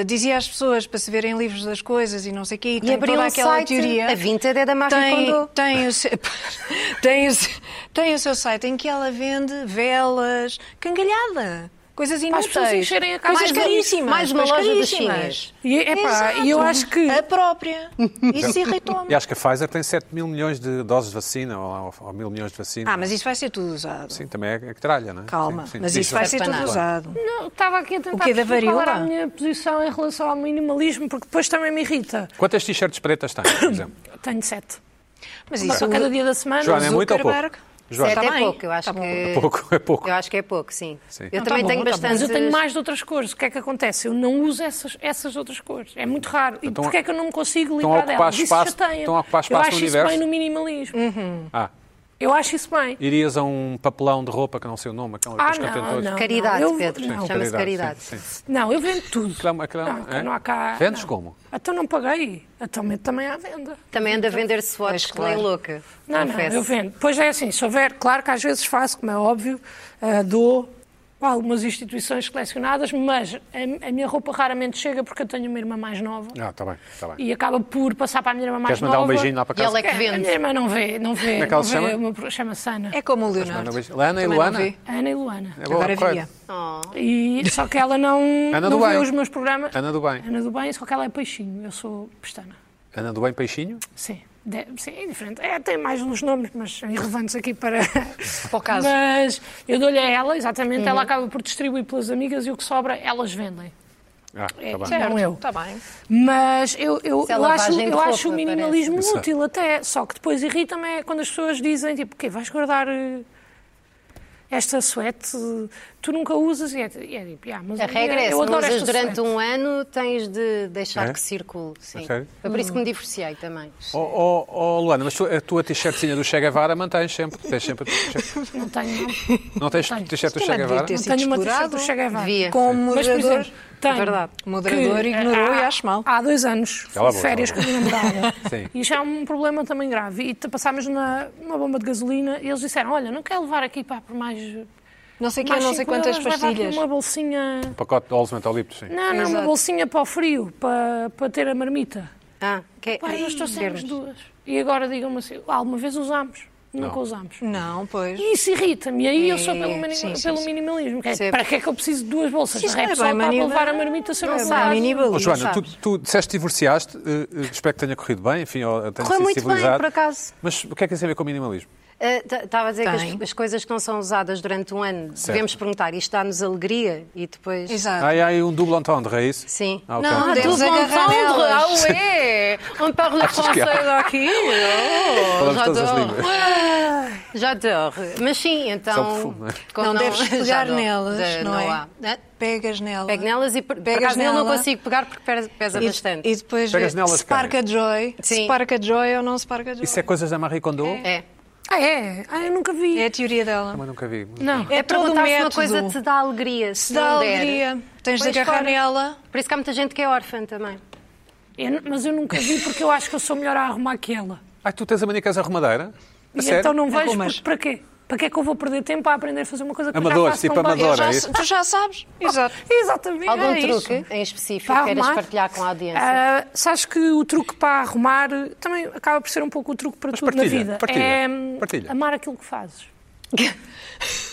C: ah, dizia às pessoas para se verem livros das coisas e não sei o quê, e,
B: E
C: tem
B: abriu
C: toda
B: um
C: aquela
B: site,
C: teoria.
B: a Vinted é da Marie
C: tem,
B: Kondo.
C: tem, o seu, tem, o seu, tem o seu site em que ela vende velas, cangalhada, coisas
D: as
C: inúteis,
D: pessoas encherem a casa.
C: coisas
D: Mais uma-
C: caríssimas.
B: mais uma
C: coisas
B: loja dos
C: caríssimas.
B: chinês.
D: E epá,
C: Exato.
D: eu acho que-
C: A própria. Isso irritou-me.
A: E acho que a Pfizer tem 7 mil milhões de doses de vacina, ou, ou mil milhões de vacina.
C: Ah, mas isso vai ser tudo usado.
A: Sim, também é, é que tralha, não é?
C: Calma,
A: Sim, sim,
C: mas
A: diz-
C: isso vai ser tudo
B: Claro.
C: usado.
D: Não, estava aqui a tentar
C: O quê, da
D: perceber qual era a
C: varíola?
D: minha posição em relação ao minimalismo, porque depois também me irrita.
A: Quantas t-shirts pretas tem, por exemplo?
D: Tenho sete.
C: Mas
D: Só
C: isso
D: cada dia da semana.
A: Joana, é muito ou pouco?
C: Zuckerberg.
A: Joana,
C: Tá
B: Sete é
C: bem.
B: pouco, eu acho
C: Tá bom.
B: que.
A: é pouco, é pouco.
B: Eu acho que é pouco, sim.
A: Sim.
B: Eu
A: Não,
B: também
C: tá
B: tenho
C: bom, tá bom.
B: bastante.
D: Mas eu tenho mais de outras cores. O que é que acontece? Eu não uso essas, essas outras cores. É muito raro. E
A: Então,
D: porquê é que eu não me consigo
A: estão a
D: livrar
A: ocupar
D: delas? Isso
A: espaço-
D: chateia-me.
A: estão a ocupar espaço
D: Eu
A: no
D: acho isso
A: universo.
D: bem no minimalismo.
A: Ah,
D: Eu acho isso bem.
A: irias a um papelão de roupa, que não sei o nome, aqueles
D: Ah,
A: contentores.
D: não.
B: Caridade,
D: Eu-
B: Pedro.
D: não.
B: Chama-se caridade.
A: sim, sim.
D: Não, eu vendo tudo.
A: Aquela- aquela-
D: não,
A: é?
D: não há cá,
A: Vendes
D: não.
A: como?
D: Então não paguei. Atualmente também há venda.
B: Também anda a vender swatches, que
C: claro.
B: nem louca.
D: Não, não,
B: confesso.
D: eu vendo. Pois é assim, se houver, claro que às vezes faço, como é óbvio, ah, dou a algumas instituições selecionadas, mas a, a minha roupa raramente chega porque eu tenho uma irmã mais nova
A: Ah, está bem, está bem.
D: e acaba por passar para a minha irmã mais
A: Queres
D: nova.
A: mandar um beijinho lá para
B: E
A: casa?
B: ela é que
D: A
B: vende.
D: minha irmã não vê, não vê.
A: Como é que ela
D: não
A: se
D: vê
A: chama?
D: o meu pro- Chama-se Ana.
C: É como o
A: Manda um
C: Leonardo.
A: beijo. Lana e
C: Também não
A: Luana?
C: vi.
D: Ana e Luana.
A: É boa,
C: Agora
A: correto.
C: via.
B: Oh.
D: E, só que ela não,
A: Ana do
D: não vê
A: bem.
D: os meus programas.
A: Ana do bem.
D: Ana do Bem, só que ela é peixinho. Eu sou pestana.
A: Ana do Bem Peixinho?
D: Sim, de- sim, é diferente. É, tem mais uns nomes, mas são irrelevantes aqui para,
C: Para o caso.
D: Mas eu dou-lhe a ela, exatamente, ela acaba por distribuir pelas amigas e o que sobra elas vendem.
A: Ah,
D: É,
A: está bem.
D: não eu.
C: Está bem.
D: Mas eu, eu,
B: Isso é
D: eu acho,
B: lavagem de
D: eu
B: roupa,
D: acho o minimalismo
A: parece.
D: útil até, só que depois irrita-me é quando as pessoas dizem, tipo, que vais guardar eh, esta suéte, tu nunca usas, e é, e é tipo, "Ah, mas
B: A
D: eu-
B: regra é, se
D: eu
B: não
D: adoro
B: usas
D: esta
B: durante
D: suéte."
B: um ano, tens de deixar
A: É?
B: que circule. Sim.
A: A sério?
B: Foi por isso que me divorciei também.
A: Oh, oh, oh, Luana, mas tu- a tua t-shirtzinha do Che Guevara mantens sempre. Tens sempre a t-shirt.
B: um
D: Não tenho, não
A: Não tens t-shirt do
C: Se
A: Che
C: calhar devia
A: Guevara?
C: ter sido
D: tenho uma t-shirt
C: explorado.
D: do Che Guevara.
B: Devia.
C: Com o
D: Mas, por
C: moderador.
D: exemplo, tenho
B: Verdade.
C: O moderador
D: que,
C: ignorou
D: eh,
C: e
D: há-
C: acho mal.
D: Há dois anos,
A: Cala a
D: fui de
A: boca,
D: férias com
A: cala
D: a minha namorada.
A: Sim.
D: E já é um problema também grave. E t- passámos na, numa bomba de gasolina e eles disseram, olha, não quer levar aqui pá, por mais...
C: Não sei que
D: mais
C: não sei
D: cinco
C: quantas
D: euros, leva aqui
C: pastilhas.
D: uma bolsinha...
A: Um pacote de óleos mentoliptos, sim.
D: Não, não, uma
C: Exato.
D: bolsinha para o frio, para, para ter a marmita.
B: Ah, que...
D: Pá, nós estou sem as
B: Termos.
D: duas. E agora digam-me assim, alguma vez usámos? Nunca
A: Não.
D: usámos.
C: Não, pois.
D: E isso irrita-me. E aí eu sou
C: É,
D: pelo, mini-
C: sim, sim,
D: pelo
C: sim.
D: minimalismo. que é,
B: Sim.
D: para que é que eu preciso de duas bolsas?
C: Sim, isso
D: de
C: não é
D: Repsol
C: bem
D: para
C: manila-
D: levar a marmita se eu
C: não
D: não
C: é bem
D: sabe.
C: manibalismo.
A: Oh, Joana, tu,
B: sabes.
A: tu disseste que divorciaste, eh, eh, espero que tenha corrido bem, enfim, ou tenha
B: Correu
A: sido
B: muito bem,
A: civilizado.
B: por acaso.
A: Mas o que é que isso tem a ver com o minimalismo?
B: Estava Ah, a dizer que
C: Tem.
B: as, as coisas que não são usadas durante um ano, devemos perguntar, isto dá-nos alegria? E depois...
C: Exato.
A: Ai, ai, um double entendre, é isso?
B: Sim.
A: Ah, ok.
B: Não,
C: Ah,
B: double
C: devemos agarrar
B: entendre, ah
C: nelas.
B: ouais On parle français aqui! Oh,
A: Ah, Falamos todas as
B: J'adore!
A: línguas.
B: J'adore! Mas sim, então...
A: Só perfume, não é?
B: como
C: Não deves pegar
B: j'adore.
C: nelas,
B: De-
C: não é?
B: há. Né?
C: Pegas nela.
B: Pego nelas e por, por
C: Pegas
B: acaso nele não
C: nela.
B: consigo pegar porque pesa, pesa
C: E-
B: bastante.
C: E depois
A: Pegas
C: ver
A: nelas,
C: se Sparka
A: cara.
C: Joy.
B: Sim.
C: Sparka Joy ou não Sparka Joy.
A: Isso é coisas da Marie Kondo?
B: É.
D: Ah, é? Ah, eu nunca vi.
C: É a teoria dela.
A: Mas nunca vi.
D: Não.
C: É,
B: É
C: todo o
B: perguntar se uma
C: método.
B: coisa te dá alegria. Se,
C: Se dá
B: não der.
C: alegria, tens de
B: Pois
C: agarrar
B: fora.
C: nela.
B: Por isso que há muita gente que é órfã também.
D: Eu nu- mas eu nunca vi porque eu acho que eu sou melhor a arrumar que ela.
A: Ai, tu tens a mania que és arrumadeira? A
D: E
A: sério? É
D: então não vejo
C: Arrumas.
D: porque para quê? Para que é que eu vou perder tempo a aprender a fazer uma coisa que eu
A: Amador,
D: já faço
A: tipo
D: tão bem?
A: amador. Adoro
C: Já-
A: isso.
C: tu já sabes. Exato.
D: Exatamente.
B: Algum
D: é isso.
B: truque em específico
D: Para
B: que queiras
D: arrumar?
B: partilhar com a audiência?
D: Ah, sabes que o truque para arrumar eh, também acaba por ser um pouco o truque para tudo
A: partilha,
D: na vida.
A: partilha,
D: é hum,
A: partilha.
D: amar aquilo que fazes.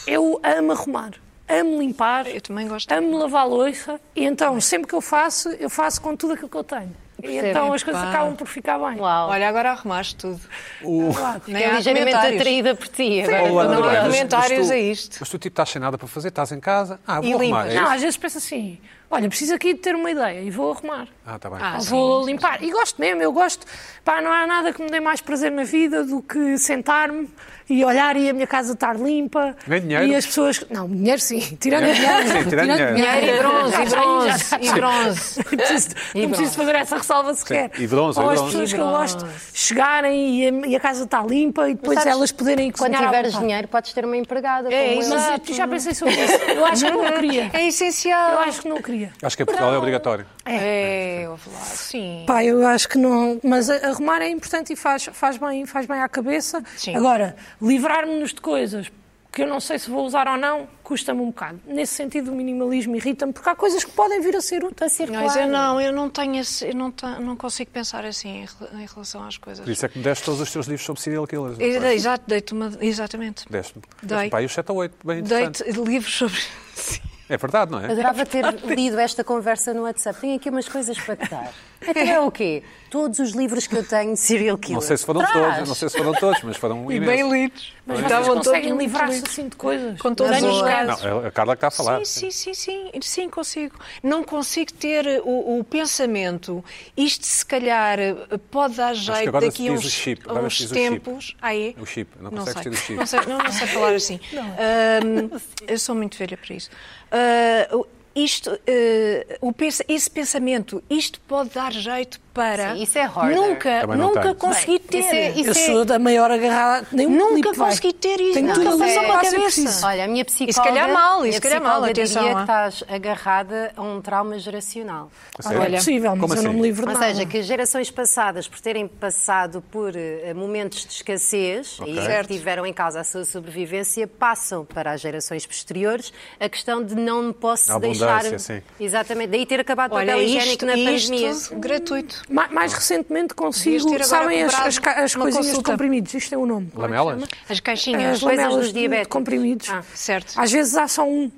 D: eu amo arrumar, amo limpar,
C: Eu também gosto.
D: amo lavar a louça e então sempre que eu faço, eu faço com tudo aquilo que eu tenho. E
B: Percebe?
D: então as coisas
C: Pá.
D: acabam por ficar bem.
B: Uau.
C: Olha, agora arrumaste tudo.
A: O...
C: Nem
B: Fiquei
C: há
B: ligeiramente
C: comentários.
B: atraída por ti. Agora,
A: Oh, Luana
B: não
A: Duarte,
B: há
C: há
A: mas- mas
C: comentários
A: tu-
C: a isto.
A: Mas tu tipo estás sem nada para fazer, estás em casa, ah, vou
C: E
A: arrumar.
C: limpas.
A: é
D: Não,
A: isso?
D: às vezes penso assim, olha, preciso aqui de ter uma ideia e vou arrumar.
A: Ah, está bem.
C: Ah,
D: Ou
C: sim,
D: vou limpar. E gosto mesmo, eu gosto. Pá, não há nada que me dê mais prazer na vida do que sentar-me e olhar e a minha casa estar limpa.
A: Nem dinheiro?
D: E as pessoas. Não, dinheiro sim. Tirando dinheiro.
A: Sim, tirando dinheiro.
B: Dinheiro e bronze,
D: Já
B: e
D: sei, já
B: bronze,
D: sei.
B: e bronze.
D: Não preciso, não preciso fazer essa ressalva sequer.
A: e bronze,
D: Ou
A: e
D: as
A: bronze.
D: pessoas
B: E
D: que eu
B: bronze.
D: gosto chegarem e a, e a casa está limpa e depois
B: Sabes,
D: elas poderem
B: Quando
D: cozinhar à
B: tiveres
D: vontade.
B: dinheiro, podes ter uma empregada.
C: É,
B: como eu.
C: isso.
D: Mas eu
C: Exato.
D: já pensei sobre isso. Eu acho que não queria.
C: É
D: Eu
C: essencial.
D: acho que não queria.
A: Acho que em Portugal é obrigatório.
C: É, ouve lá. Sim.
D: Pá, eu acho que não. Mas a- arrumar é importante e faz, faz, bem, faz bem à cabeça.
C: Sim.
D: Agora, livrar-me-nos de coisas que eu não sei se vou usar ou não, custa-me um bocado. Nesse sentido, o minimalismo irrita-me, porque há coisas que podem vir a ser
B: Para
D: úteis.
B: circular.
C: Mas eu não, eu não tenho esse, eu não, ta- não consigo pensar assim em, rela- em relação às coisas.
A: Por isso é que me deste todos os teus livros sobre serial killers. não
C: Eu dei-
A: foi?
C: Exato, dei-te uma. Exatamente.
A: Deste-me.
C: Dei.
A: Deste, pá, e os 7 ou 8, bem interessante.
C: Dei-te livros sobre. Sim.
A: É verdade, não é?
B: Adorava ter lido esta conversa no WhatsApp. Tenho aqui umas coisas para te dar. Então é o quê? Todos os livros que eu tenho de serial killer.
A: Não sei se foram
B: Traz.
A: todos, não sei se foram todos, mas foram
C: E
A: imensos.
C: bem lidos.
D: Mas
C: Estavam
D: vocês
C: todos
D: conseguem
C: muito
D: livrar-se
C: lidos.
D: assim de coisas?
C: Com todos
D: Damos
C: os
D: casos.
C: casos.
A: Não, é a Carla que está a falar.
C: Sim, sim, sim, sim, sim, consigo. Não consigo ter eh, o, o pensamento, isto se calhar eh, pode dar jeito
A: agora se
C: daqui a
A: diz o
C: uns,
A: chip,
C: a
A: agora
C: uns
A: se diz o chip.
C: tempos. Ah, é?
A: O chip, não
C: não
A: consegues
C: sei.
A: ter o chip.
C: Não sei, não, não sei falar assim. Ahm, eu sou muito velha para isso. Ah, o- isto, eh, o pensa- esse pensamento, isto pode dar jeito para
B: Sim, isso é harder.
C: nunca,
A: Também não
C: nunca
A: tenho.
C: consegui ter.
B: isso é- isso
D: Eu sou da maior agarrada. Nem um
C: Nunca
D: clipe vai.
C: consegui ter isso.
D: Tenho
B: Não,
D: tudo
B: mas
D: a
B: é-
D: fazer uma
C: é
D: cabeça.
C: cabeça.
B: Olha, a minha psicóloga.
C: se calhar mal, e
B: a
C: se calhar mal,
B: psicóloga
C: atenção,
B: Diria que
C: ah.
B: estás agarrada a um trauma geracional.
A: Sério?
D: Olha, é possível, mas
A: Como
D: eu não
A: assim?
D: me livro de
B: Ou
D: nada.
B: seja, que gerações passadas, por terem passado por eh, momentos de escassez e
C: Certo.
B: tiveram em causa a sua sobrevivência, passam para as gerações posteriores a questão de não me posso
A: A
B: deixar.
A: abundância, sim.
B: Exatamente. Daí ter acabado o
C: Olha,
B: papel higiênico
C: isto,
B: na pandemia.
C: isto gratuito.
D: Ma- Mais recentemente
C: Devias ter
D: consigo,
C: agora
D: sabem as,
C: comprado
D: as, ca- as
C: uma
D: coisinhas de
C: consulta.
D: comprimidos, isto é o nome. Como é que
A: Lamelas?
D: chama?
C: As caixinhas.
D: As
B: coisas
D: lamelas
B: dos
D: de- de
B: diabéticos.
D: comprimidos.
B: Ah.
C: Ah, Certo.
D: Às vezes há só um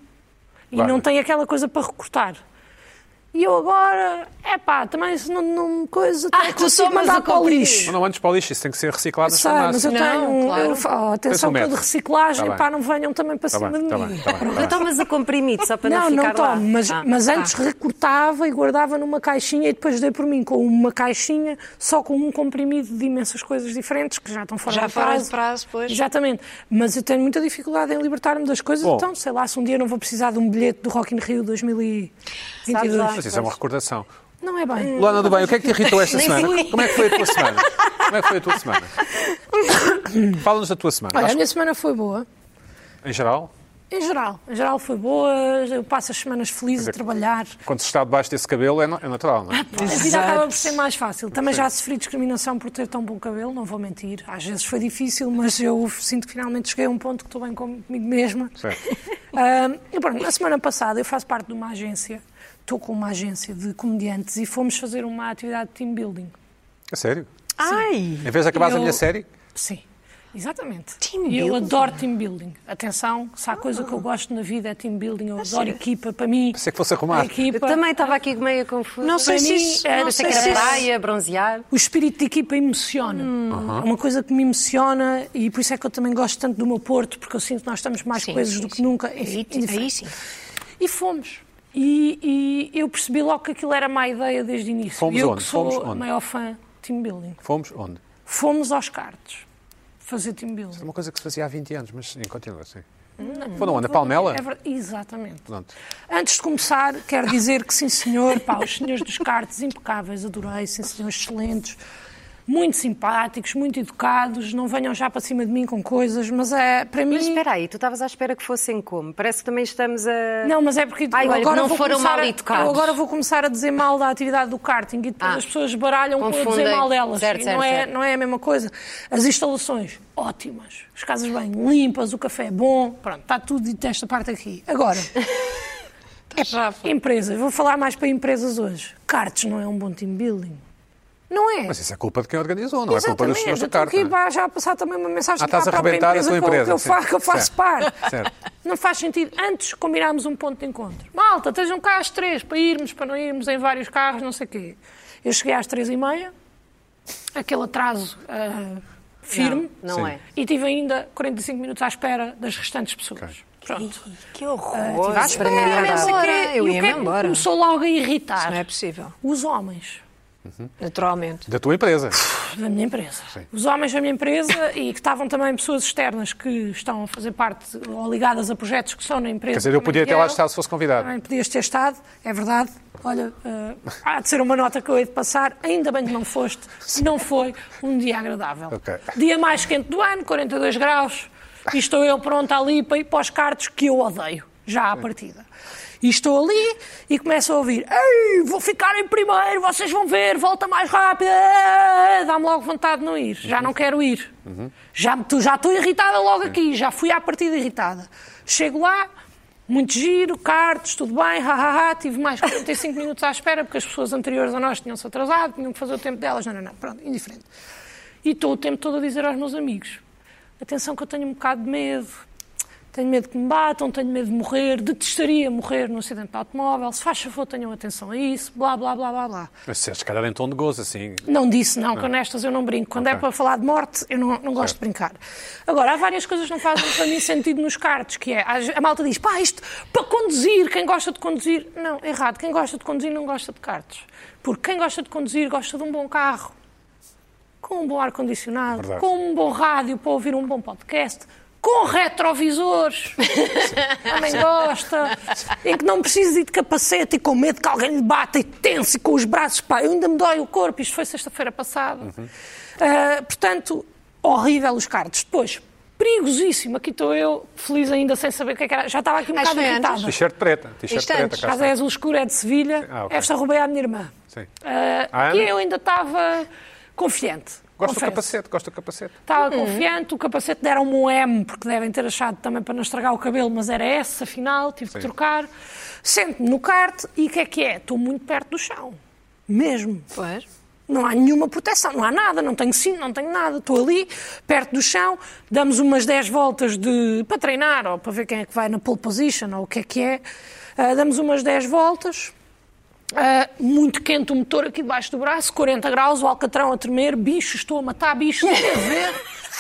D: e
A: Claro.
D: não tem aquela coisa para recortar. E eu agora, é pá, também se não, não coisa,
C: Ah,
D: também
C: tu
D: consigo
C: somas
D: mandar
C: o
D: para o
C: comprimido.
A: Mas
D: lixo.
A: não antes para o lixo, isso tem que ser reciclado nas
D: Sei, mas eu
A: farmácias.
D: tenho, um-
C: claro.
D: eu falo, atenção
A: um
D: para de
A: método. Tá
D: reciclagem,
A: bem.
D: pá, não venham também para
A: Está
D: cima
A: Tá bem,
D: de
A: está
D: mim.
A: bem, está bem.
B: Tu
A: Tá bem.
B: tomas Então, o comprimido só para não,
D: Não, não
B: ficar lá.
D: tomo, mas,
B: Ah.
D: mas antes recortava e guardava numa caixinha e depois dei por mim com uma caixinha, só com um comprimido de imensas coisas diferentes que já estão fora
C: Já
D: de
C: fora
D: prazo.
C: de prazo, pois.
D: Exatamente. Mas eu tenho muita dificuldade em libertar-me das coisas,
A: Bom.
D: então sei lá, se um dia não vou precisar de um bilhete do Rock in Rio 2022.
B: Sabes lá.
A: Mas isso é uma recordação.
D: Não é bem.
A: Luana do Bem, o que é que te irritou esta
B: Nem
A: semana?
B: fui.
A: Como é que foi a tua semana? Como é que foi a tua semana? Fala-nos da tua semana.
D: Olha, a
A: Acho
D: minha semana foi boa.
A: que, em geral,
D: Em geral, em geral foi boa, eu passo as semanas felizes a trabalhar.
A: quando se está debaixo desse cabelo é, no- é natural, não é?
D: A vida acaba por ser mais fácil. Também já sofri discriminação por ter tão bom cabelo, não vou mentir. Às vezes foi difícil, mas eu sinto que finalmente cheguei a um ponto que estou bem comigo mesma.
A: Certo.
D: Ah, e pronto, na semana passada eu faço parte de uma agência, estou com uma agência de comediantes e fomos fazer uma atividade de team building.
A: É sério.
C: Ai!
A: Em vez de acabares a
D: Eu-
A: minha série,
D: Sim, exatamente.
C: Team
D: E eu
C: building? Ah.
D: adoro team building. Atenção, se há coisa que eu gosto na vida é team building, eu adoro equipa, para mim.
A: pensei que fosse arrumar.
D: a equipa.
B: Eu também estava aqui meio confusa.
C: Não sei
D: Para
C: se
D: mim, é,
C: isso.
D: era-
C: Não
B: Pensei
C: sei
B: que
C: se
B: era
C: isso-
B: praia, bronzear.
D: O espírito de equipa emociona. É uma coisa que me emociona e por isso é que eu também gosto tanto do meu Porto, porque eu sinto que nós estamos mais
C: Sim,
D: coisas
C: sim,
D: do que
C: sim.
D: nunca.
A: É
C: Aí,
D: Enfim,
C: aí
D: indiferente.
C: sim.
D: E fomos. E, e eu percebi logo que aquilo era má ideia desde o início.
A: Fomos
D: E eu
A: onde?
D: que sou
A: Fomos
D: a
A: onde?
D: maior fã de team building.
A: Fomos onde?
D: Fomos aos cartos fazer team
A: É
D: building.
A: uma coisa que se fazia há 20 anos, mas sim, continua assim. Foram onde? A Palmela?
D: Hum. É verdade, exatamente.
A: Pronto.
D: Antes de começar, quero dizer que sim, senhor, pá, os senhores dos cartes impecáveis, adorei, sim, senhores excelentes, muito simpáticos, muito educados, não venham já para cima de mim com coisas, mas é, para mim...
B: Mas espera aí, tu estavas à espera que fossem como? Parece que também estamos a.
D: Não, mas é porque
B: Ai,
D: eu
B: olha,
D: agora
B: não
D: vou
B: foram
D: começar
B: mal
D: a-
B: educados.
D: eu agora vou começar a dizer mal da atividade do karting e depois
B: Ah.
D: as pessoas baralham com eu dizer
B: Confundem.
D: mal delas.
B: Certo,
D: E
B: certo,
D: não, é,
B: certo.
D: não é a mesma coisa. As instalações, ótimas. As casas bem limpas, o café é bom, pronto, está tudo dito desta parte aqui. Agora,
C: Já foi.
D: empresas, vou falar mais para empresas hoje. Cartes não é um bom team building. Não é.
A: Mas isso é culpa de quem organizou, não é culpa dos senhores da
D: eu estou
A: carta.
D: aqui pá, já a passar também uma mensagem
A: Ah, estás
D: para
A: a
D: própria
A: arrebentar a tua
D: que eu-
A: empresa,
D: Que eu, fa-
A: sim.
D: que eu faço
A: Certo.
D: parte.
A: Certo.
D: Não faz sentido. Antes combinámos um ponto de encontro. Malta, estejam cá às três para irmos, para não irmos em vários carros, não sei o quê. Eu cheguei às três e meia, aquele atraso ah, firme,
B: Não, não
A: Sim.
B: é.
D: e tive ainda 45 minutos à espera das restantes pessoas. Pronto.
C: Que horror!
B: Vais para mim
D: Ah,
B: ir
D: não sei o
B: embora.
D: quê.
C: eu
D: E o
C: ia-me
D: que é que
C: embora.
D: Começou logo a
C: Não é
D: irritar
C: possível.
D: os homens.
C: Naturalmente.
A: Da tua empresa.
D: da minha empresa. Os homens da minha empresa e que estavam também pessoas externas que estão a fazer parte ou ligadas a projetos que são na empresa.
A: Quer dizer, eu
D: também
A: podia até lá
D: vieram.
A: estar se fosse convidado.
D: Também podias ter estado, é verdade. Olha, eh, há de ser uma nota que eu hei de passar. Ainda bem que não foste. Não foi um dia agradável.
A: Ok.
D: Dia mais quente do ano, 42 graus. E estou eu pronta ali para ir para os cartos que eu odeio. já à partida. E estou ali e começo a ouvir: Ei, vou ficar em primeiro, vocês vão ver, volta mais rápido. Ah, Dá-me logo vontade de não ir, já não quero ir. Já, tu- já estou irritada logo aqui, já fui à partida irritada. Chego lá, muito giro, cartos, tudo bem, hahaha, tive mais 45 minutos à espera porque as pessoas anteriores a nós tinham-se atrasado, tinham que fazer o tempo delas, não, não, não, pronto, indiferente. E estou o tempo todo a dizer aos meus amigos: atenção, que eu tenho um bocado de medo, tenho medo que me batam, tenho medo de morrer, detestaria morrer num acidente de automóvel, se faz favor, tenham atenção a isso, blá, blá, blá, blá, blá.
A: Mas se calhar em tom de gozo, assim.
D: Não disse, não, que nestas eu não brinco. Quando é
A: Ok.
D: para falar de morte, eu não, não gosto de brincar. Agora, há várias coisas que não fazem para mim sentido nos cartos, que é, às- a malta diz, pá, isto, para conduzir, quem gosta de conduzir... Não, errado, quem gosta de conduzir não gosta de cartos. Porque quem gosta de conduzir gosta de um bom carro, com um bom ar-condicionado,
A: Verdade.
D: com um bom rádio para ouvir um bom podcast, com retrovisores, também gosta, em que não precisa ir de capacete e com medo que alguém lhe bata e tenso e com os braços, pá, eu ainda me dói o corpo, isto foi sexta-feira passada.
A: Uhum.
D: Ah, portanto, horrível os cartos. Depois, perigosíssimo, aqui estou eu, feliz ainda sem saber o que é que era, já estava aqui um
B: Acho
D: bocado
B: que foi antes.
D: irritada.
A: T-shirt preta. T-shirt
B: Isto
A: preta,
B: antes.
A: cá
D: Casa
A: está.
D: é azul escuro, é de Sevilha,
A: Ah, ok.
D: esta roubei à minha irmã.
A: Sim. Ah,
D: Ah, que
A: Ana?
D: eu ainda estava confiante.
A: Gosto do
D: confesso.
A: capacete, gosto do capacete.
D: Estava confiante, o capacete deram-me um M, porque devem ter achado também para não estragar o cabelo, mas era S, afinal, tive que
A: Sim.
D: trocar. Sento-me no kart e o que é que é? Estou muito perto do chão. Mesmo.
C: Pois.
D: Não há nenhuma proteção, não há nada, não tenho cinto, não tenho nada. Estou ali, perto do chão, damos umas 10 voltas de para treinar ou para ver quem é que vai na pole position ou o que é que é. Ah, damos umas 10 voltas, ah, muito quente o motor aqui debaixo do braço, 40 graus, o alcatrão a tremer, bicho, estou a matar bicho, estou a ver.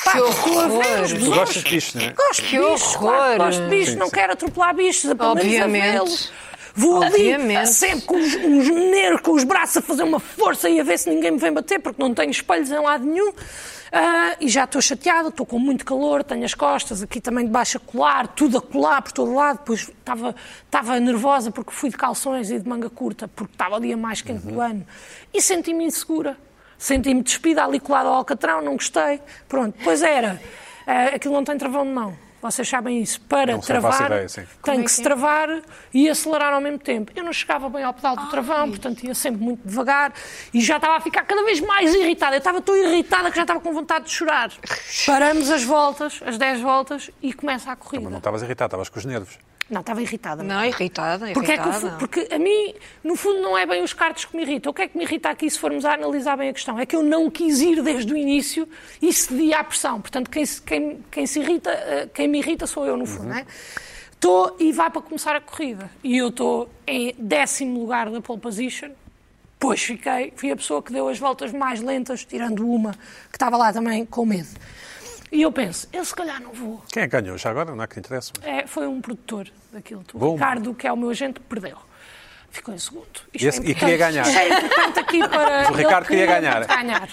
D: Pá,
B: Que
D: estou a ver
B: horror.
D: os
B: Tu
A: Tu
D: besouros.
A: gostas disto, não é?
D: Gosto de
B: Que
D: bichos, claro que
B: horror.
D: gosto de bichos,
A: Sim,
D: não
A: sim.
D: quero atropelar bichos, pelo menos a
C: Obviamente.
D: vê-los. Vou ali,
C: Obviamente.
D: sempre com os, os nervos, com os braços a fazer uma força e a ver se ninguém me vem bater, porque não tenho espelhos em lado nenhum. Ah, e já estou chateada, estou com muito calor, tenho as costas aqui também de baixo a colar, tudo a colar por todo lado. Depois estava, estava nervosa porque fui de calções e de manga curta, porque estava ali a mais quente do ano. E senti-me insegura, senti-me despida ali colada ao alcatrão, não gostei. Pronto, depois era, ah, aquilo não tem travão de mão. Vocês sabem isso. Para
A: Não faço
D: travar,
A: ideia, sim.
D: tem que se travar e acelerar ao mesmo tempo. Eu não chegava bem ao pedal do travão, portanto ia sempre muito devagar e já estava a ficar cada vez mais irritada. Eu estava tão irritada que já estava com vontade de chorar. Paramos as voltas, as 10 voltas, e começa a
A: Mas
D: corrida.
A: não estavas irritado, estavas com os nervos.
D: Não, estava irritada.
C: Não, irritada, irritada.
D: Porque, é que eu fu- porque a mim, no fundo, não é bem os cartos que me irritam. O que é que me irrita aqui, se formos a analisar bem a questão? É que eu não quis ir desde o início e cedi à pressão. Portanto, quem, se- quem, quem se irrita, eh, quem me irrita sou eu, no fundo. não é? Estou e vá para começar a corrida. E eu estou em décimo lugar da pole position. Pois fiquei, fui a pessoa que deu as voltas mais lentas, tirando uma que estava lá também com medo. E eu penso, eu se calhar não vou.
A: Quem é que ganhou já agora? Não há que interessa. mas-
D: É, foi um produtor daquilo. O
A: Bom.
D: Ricardo, que é o meu agente, perdeu. Ficou em segundo.
A: Esse-
D: Isto
A: e
D: importante.
A: queria ganhar.
D: Isto é importante aqui para.
A: o Ricardo
D: ele
A: queria ganhar.
D: ganhar.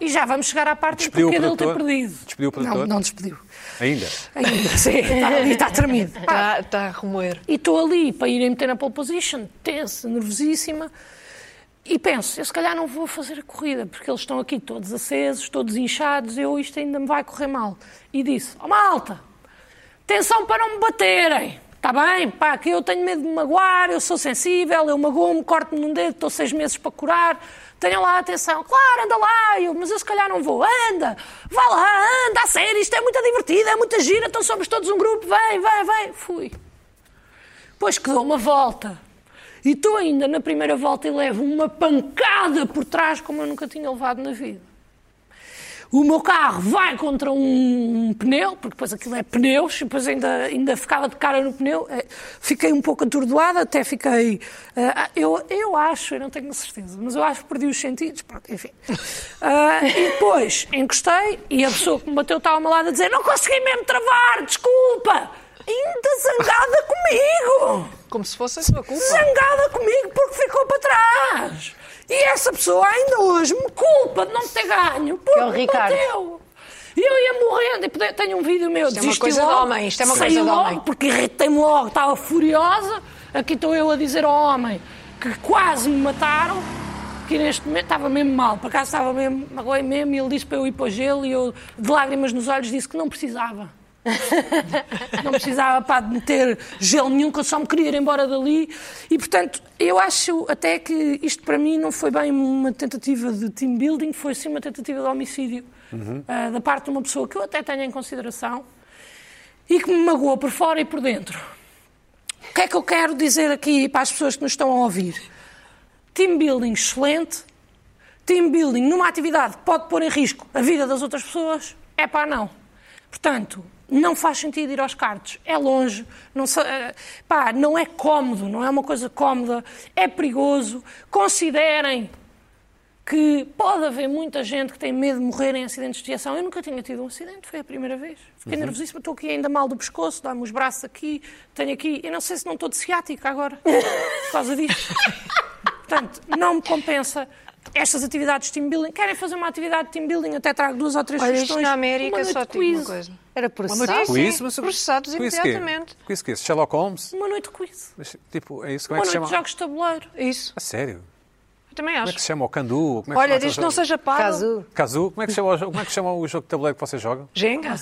D: E já vamos chegar à parte em que
A: Despediu
D: o
A: o
D: dele ter
A: produtor?
D: perdido.
A: Despediu o
D: Não,
A: produtor?
D: não despediu.
A: Ainda.
D: Ainda, sim, está ali, está tremido. Pá,
C: Está Tá, a remoer.
D: E estou ali para irem meter na pole position, tensa, nervosíssima. E penso, eu se calhar não vou fazer a corrida, porque eles estão aqui todos acesos, todos inchados, eu isto ainda me vai correr mal. E disse, ó malta, atenção para não me baterem, está bem? Pá, que eu tenho medo de me magoar, eu sou sensível, eu magoo-me, corto-me num dedo, estou seis meses para curar, tenham lá atenção. Claro, anda lá, eu, mas eu se calhar não vou, anda, vá lá, anda, a sério, isto é muito divertido, é muita gira, então somos todos um grupo, vem, vem, vem. Fui. Pois que dou uma volta. E estou ainda na primeira volta e levo uma pancada por trás como eu nunca tinha levado na vida. O meu carro vai contra um pneu, porque depois aquilo é pneus, e depois ainda, ainda ficava de cara no pneu. Eh, Fiquei um pouco atordoada, até fiquei. eh, ah, eu, eu acho, eu não tenho certeza, mas eu acho que perdi os sentidos. Pronto, enfim. Ah, e depois encostei e a pessoa que me bateu estava ao meu lado a dizer: Não consegui mesmo travar, desculpa! Ainda zangada comigo!
C: Como se fosse a sua culpa.
D: zangada comigo porque ficou para trás. E essa pessoa ainda hoje me culpa de não ter ganho porque
B: é o
D: me
B: Ricardo.
D: bateu. E eu ia morrendo. E pode- tenho um vídeo meu.
C: é uma
D: desisti
C: coisa de
D: logo,
C: homem, isto é uma
D: saí
C: coisa de
D: logo,
C: homem.
D: Porque irritei-me logo, estava furiosa. Aqui estou eu a dizer ao homem que quase me mataram. Que neste momento estava mesmo mal, por acaso estava mesmo, magoei mesmo, e ele disse para eu ir para o gelo e eu, de lágrimas nos olhos, disse que não precisava. Não precisava pá, de meter gel nenhum, que eu só me queria ir embora dali. E, portanto, eu acho até que isto para mim não foi bem uma tentativa de team building, foi sim uma tentativa de homicídio ah, da parte de uma pessoa que eu até tenho em consideração e que me magoou por fora e por dentro. O que é que eu quero dizer aqui para as pessoas que nos estão a ouvir? Team building excelente, team building numa atividade que pode pôr em risco a vida das outras pessoas, é pá, não. Portanto, não faz sentido ir aos cartos. É longe, não, sa- eh, pá, não é cómodo, não é uma coisa cómoda, é perigoso. Considerem que pode haver muita gente que tem medo de morrer em acidentes de aviação. Eu nunca tinha tido um acidente, foi a primeira vez.
A: Uhum.
D: Fiquei nervosíssima, estou aqui ainda mal do pescoço, dá-me os braços aqui, tenho aqui. Eu não sei se não estou de ciática agora, por causa disto. Portanto, não me compensa estas atividades de team building. Querem fazer uma atividade de team building? Até trago duas ou três
C: Olha, isto
D: sugestões.
C: na
D: é Uma
C: América
D: noite
C: só
D: de
C: tive uma
D: quiz.
C: coisa.
B: Era processado.
C: Sim,
A: Quiz,
C: sim,
A: mas-
C: processados
A: quiz quê?
C: imediatamente.
A: Quiz que é Sherlock Holmes?
D: Uma noite de quiz.
A: Mas, Tipo, é isso? Como é
D: Uma
A: que se
D: noite
A: chama?
D: de jogos de tabuleiro.
C: Isso,
A: A sério?
C: eu também
A: Como é que
C: acho.
A: se chama o Candu? Como é que
C: Olha,
A: se chama
C: desde que não
A: aquele
C: seja pago.
B: Caso
A: jogo? Cazu? Como é que se chama o jogo- como é que se chama o jogo de tabuleiro que vocês jogam?
C: Jenga.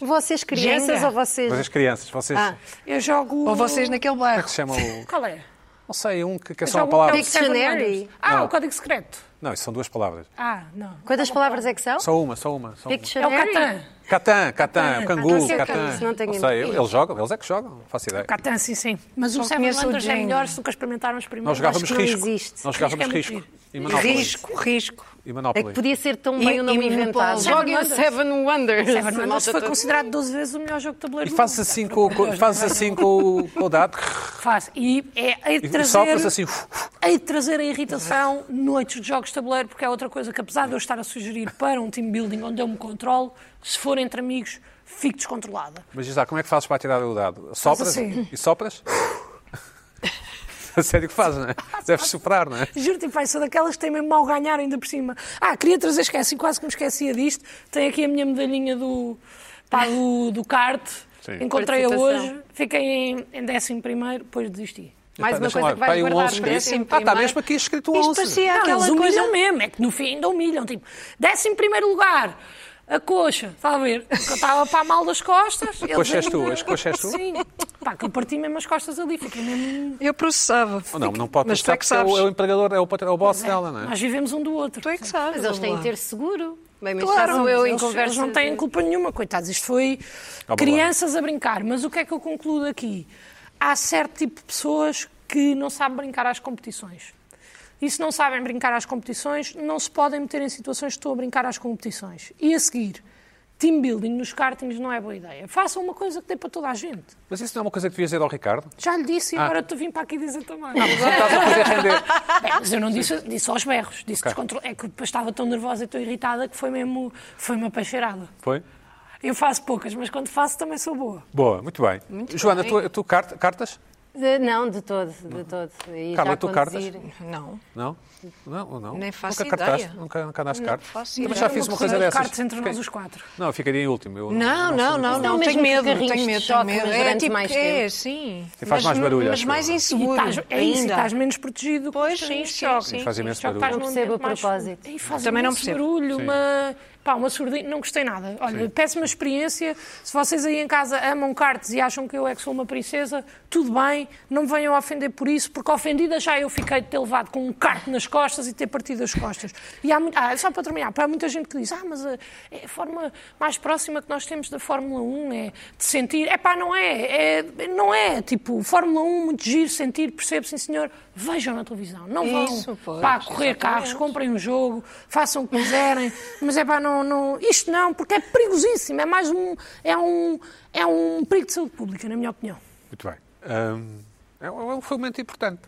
B: vocês crianças
C: Jenga.
B: ou vocês.
A: Vocês crianças, vocês...
B: Ah.
D: Eu jogo.
C: Ou vocês naquele
A: Como é
C: bairro.
A: que se chama o...
D: Qual é?
A: Não sei, um que, que é
D: Eu
A: só uma
D: jogo
A: palavra.
D: o Seven
B: Dictionary.
D: Wonders. Ah,
A: Não.
D: o código secreto.
A: Não, isso são duas palavras.
D: Ah, não.
B: Quantas palavras é que são?
A: Só uma, só uma. Só uma.
D: É o
B: Dictionary?
D: Catan.
A: Catan, Catan, o
B: não
A: Cangu,
B: sei o que é
A: Catan.
B: isso, não tenho
A: sei,
B: ideia.
A: eles jogam, eles é que jogam, não faço ideia.
D: Catan, sim, sim. Mas
C: Só
D: o Seven
C: conheço o
D: Wonders é
C: Jenga.
D: melhor se nunca experimentaram primeiro.
A: Nós jogávamos
B: que não
A: risco.
B: existe.
A: Nós jogávamos
D: Risco é
A: risco.
D: muito
A: E Monopoly.
C: Risco, risco.
A: E
B: É
A: Monopoly.
B: que podia ser tão
C: E-
B: bem o nome
C: e Monopoly.
B: inventado.
C: Seven
B: Joguem o
D: um Wonders.
B: Seven Wonders.
D: Seven é Wonders
B: malta
D: foi
B: toda.
D: considerado 12 vezes o melhor jogo de
A: E
D: tabuleiro do
A: faz
D: mundo.
A: assim com, com, faz assim com, o- com o dado
D: Faz. E é, é
A: e
D: trazer...
A: sopra-se assim.
D: Hei de trazer a irritação noites de jogos de tabuleiro, porque é outra coisa que, apesar de eu estar a sugerir para um team building onde eu me controlo, se for entre amigos, fico descontrolada.
A: Mas Isaac, como é que fazes para tirar o dado? Sopras
D: assim.
A: e sopras? A sério que fazes, não é? Deves soprar, não é?
D: Juro-te, pai, tipo, sou daquelas que têm mesmo mal ganhar ainda por cima. Ah, queria trazer, esqueci, quase que me esquecia disto. Tenho aqui a minha medalhinha do, pá, do, do kart.
A: Sim.
D: Encontrei-a
B: Participação.
D: hoje. Fiquei em, em décimo primeiro, depois desisti.
B: Mais uma
A: Deixa-me
B: coisa
A: lá,
B: que vais
A: tá aí um
B: guardar
A: 11
B: para
A: escrito.
B: sempre.
A: Ah, está
B: Primeiro.
A: mesmo aqui escrito
C: Isto
A: 11.
C: parecia
D: Não, eles
C: é aquela coisa...
D: humilham mesmo, é que no fim ainda humilham. Tipo, décimo primeiro lugar, a coxa, está a ver? Porque eu estava para a mal das costas. eles
A: coxa és tu,
D: ainda-
A: as coxas és tu?
D: Sim, pá, que eu parti mesmo as costas ali, fiquei mesmo...
C: Eu processava.
A: Ou Oh, não, não pode
C: Mas tu
A: pensar
C: é que
A: porque é o,
C: sabes.
A: é o empregador, é o, patrão, é o boss dela, não é?
D: Nós vivemos um do outro.
C: Tu é que sabes.
B: Mas eles têm que
C: vamos lá.
B: ter seguro. Bem, mas
D: Claro,
B: já sou eu em
D: eles,
B: conversa.
D: eles não têm culpa nenhuma, coitados. Isto foi
A: Ah, bom,
D: crianças a brincar. Mas o que é que eu concluo aqui? Há certo tipo de pessoas que não sabem brincar às competições. E se não sabem brincar às competições, não se podem meter em situações que estão a brincar às competições. E a seguir, team building nos kartings não é boa ideia. Façam uma coisa que dê para toda a gente.
A: Mas isso não é uma coisa que devias dizer ao Ricardo?
D: Já lhe disse e agora tu vim para aqui dizer também.
A: Estás a fazer render.
D: Bem, mas eu não disse, disse aos berros. Disse descontro- É que eu estava tão nervosa e tão irritada que foi mesmo... Foi uma peixeirada.
A: Foi?
D: Eu faço poucas, mas quando faço também sou boa.
A: Boa, muito bem. Joana, tu, tu cart- cartas?
B: De- Não, de todo, de todo. E
A: Carla,
B: já
A: tu
B: conduzir.
C: Não,
A: Não? Não, ou não?
C: Nem faço
A: nunca
C: ideia.
A: cartaste? Nunca, nunca andaste cartas?
C: faço
A: Também
C: ideia.
A: já
D: Era
A: fiz uma coisa
D: corrida é de
A: dessas.
D: cartas entre nós
A: Fiquei-
D: os quatro.
A: Não, eu ficaria em último. Eu
C: não, não, não,
B: Não, mesmo
C: não. Tenho
B: que
C: medo,
B: carrinhos
C: tenho
B: de
C: medo, tenho
B: choque,
C: medo.
B: mas
C: É
B: durante
C: tipo,
B: mais
C: é,
B: tempo.
C: sim.
A: E faz
C: Mas-
A: mais barulho,
C: Mas
A: acho
C: mais
A: eu.
D: E
C: inseguro
D: estás, é isso, e
C: ainda.
D: estás menos protegido. com
C: Pois,
D: os
C: sim,
D: carrinhos de
C: sim,
D: choque.
C: sim,
A: faz imenso
D: Já
A: barulho.
D: estás
A: Não
D: num
B: percebo
D: ambiente
B: o
D: mais-
B: propósito.
D: Ih, faz
C: Também não
D: imenso
C: percebo.
D: barulho, uma, pá, uma surdina. Não gostei nada. Olha, péssima experiência. Se vocês aí em casa amam cartas e acham que eu é que sou uma princesa, tudo bem, não me venham ofender por isso, porque ofendida já eu fiquei de ter levado com um carte nas costas e ter partido as costas. E há, mui- ah, só para terminar, pá, há muita gente que diz: ah, mas a, é a forma mais próxima que nós temos da Fórmula 1 é de sentir. É pá, não é, é. Não é. Tipo, Fórmula 1, muito giro, sentir, percebo, sim senhor. Vejam na televisão, não vão
C: Isso, pois,
D: pá, correr carros, comprem um jogo, façam o que quiserem, mas é pá, não, não, isto não, porque é perigosíssimo, é mais um, é um, é um perigo de saúde pública, na minha opinião.
A: Muito bem. Ahm, é, um- é um momento importante.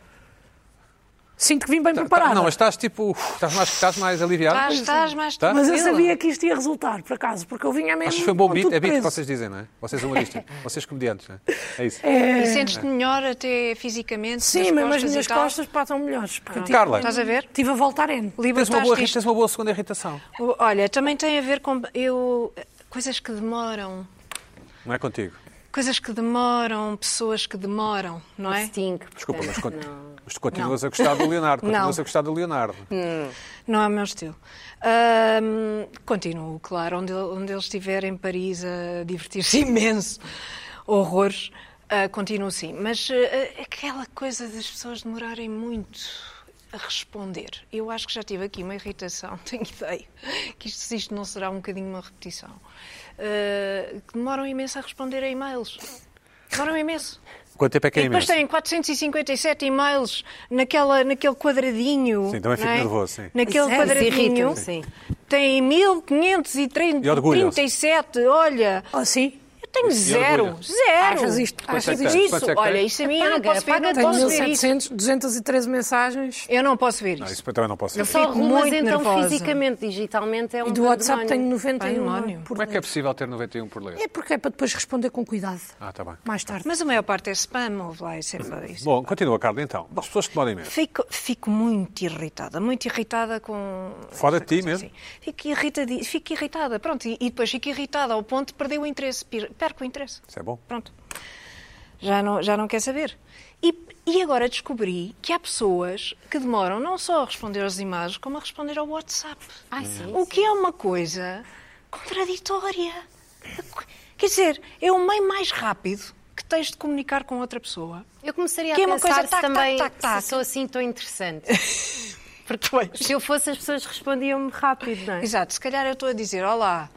D: Sinto que vim bem
A: Tá-
D: preparada,
A: Não, mas
D: mas,
A: estás tipo. uf, Estás mais, estás mais aliviado.
C: Estás, estás mais
A: Tá?
D: eu
C: tranquila.
D: sabia que isto ia resultar, por acaso, porque eu vinha mesmo
A: Acho que foi um bom
D: com
A: beat.
D: tudo
A: É beat que
D: preso.
A: vocês dizem, não é? Vocês humoristas. vocês comediantes, não é? É isso.
C: E sentes-te melhor até fisicamente.
D: Sim,
C: nas
D: mas as
C: costas e
D: minhas
C: tal.
D: costas pá, estão melhores, porque eu tive,
A: Carla.
C: Estás a ver?
D: tive a voltar N.
A: Tens uma, boa,
C: Libertaste
A: irri-
C: isto.
A: tens uma boa segunda irritação.
C: Olha, também tem a ver com eu coisas que demoram.
A: Não é contigo.
C: coisas que demoram, pessoas que demoram, não é?
B: Sting,
A: Desculpa, mas,
B: portanto,
A: conti-
B: não.
A: mas tu continuas a gostar do Leonardo.
C: Não.
A: Continuas a gostar do Leonardo.
C: Não é o meu estilo. Ahm, continuo, claro, onde, onde ele estiver em Paris a divertir-se imenso, horrores, ah, continuo sim. Mas ah, aquela coisa das pessoas demorarem muito a responder. Eu acho que já tive aqui uma irritação, tenho ideia, que isto, se isto não será um bocadinho uma repetição. Ah, que demoram imenso a responder a e-mails. Demoram imenso.
A: Quanto tempo é que é
C: E depois
A: imenso?
C: têm 457 e-mails naquela, naquele quadradinho.
A: Sim, também fico
C: não é?
A: nervoso, sim.
C: Naquele
B: Sério?
C: quadradinho.
B: Irritam-me, sim.
C: Tem
A: E orgulham-se.
C: 1537, olha.
D: Oh, sim?
C: Eu tenho zero,
A: orgulham-se.
C: zero.
D: Achas isto?
A: Quanto é
D: Achas
A: que
D: isto?
A: tens?
C: Isso,
A: Quanto é que
C: olha,
A: tens?
C: isso a mim eu não
B: Apaga,
C: posso ver,
B: apaga,
C: não
D: Tenho
C: posso ver isso.
D: 1700, 213 mensagens.
C: Eu não posso ver
A: Não,
C: isso.
A: Ah, isso também não posso
C: Eu
A: dizer.
B: Só
C: Fico
B: algumas,
C: muito
B: então,
C: nervosa.
B: fisicamente, digitalmente, é um
D: E do WhatsApp tenho
B: pandemónio.
D: 91
C: Pandemónio.
D: por
A: Como é que é
D: ler.
A: possível ter 91 por ler?
D: É porque é para depois responder com cuidado.
A: Ah, está bem.
D: Mais tarde.
C: Mas a maior parte é spam, ouve lá, isso é só isso.
A: Bom, continua, Carla, então. As pessoas que moram imenso.
C: Fico, fico muito irritada, muito irritada com.
A: Fora de ti
C: esta coisa,
A: mesmo?
C: sim. Fico, irritadi- fico irritada, pronto, e, e depois fico irritada ao ponto de perder o interesse, pir- perco o interesse.
A: Isso é bom.
C: Pronto. Já não, já não quer saber. E, e agora descobri que há pessoas que demoram não só a responder aos imagens, como a responder ao WhatsApp.
B: Ai, sim,
C: o que é uma coisa contraditória. Quer dizer, é o meio mais rápido que tens de comunicar com outra pessoa.
B: Eu começaria
C: Que é
B: a
C: uma
B: pensar
C: coisa
B: se
C: tac, tac,
B: também
C: tac, tac.
B: se sou assim tão interessante. Porque se eu fosse, as pessoas respondiam-me rápido, não é?
C: Exato, se calhar eu estou a dizer olá.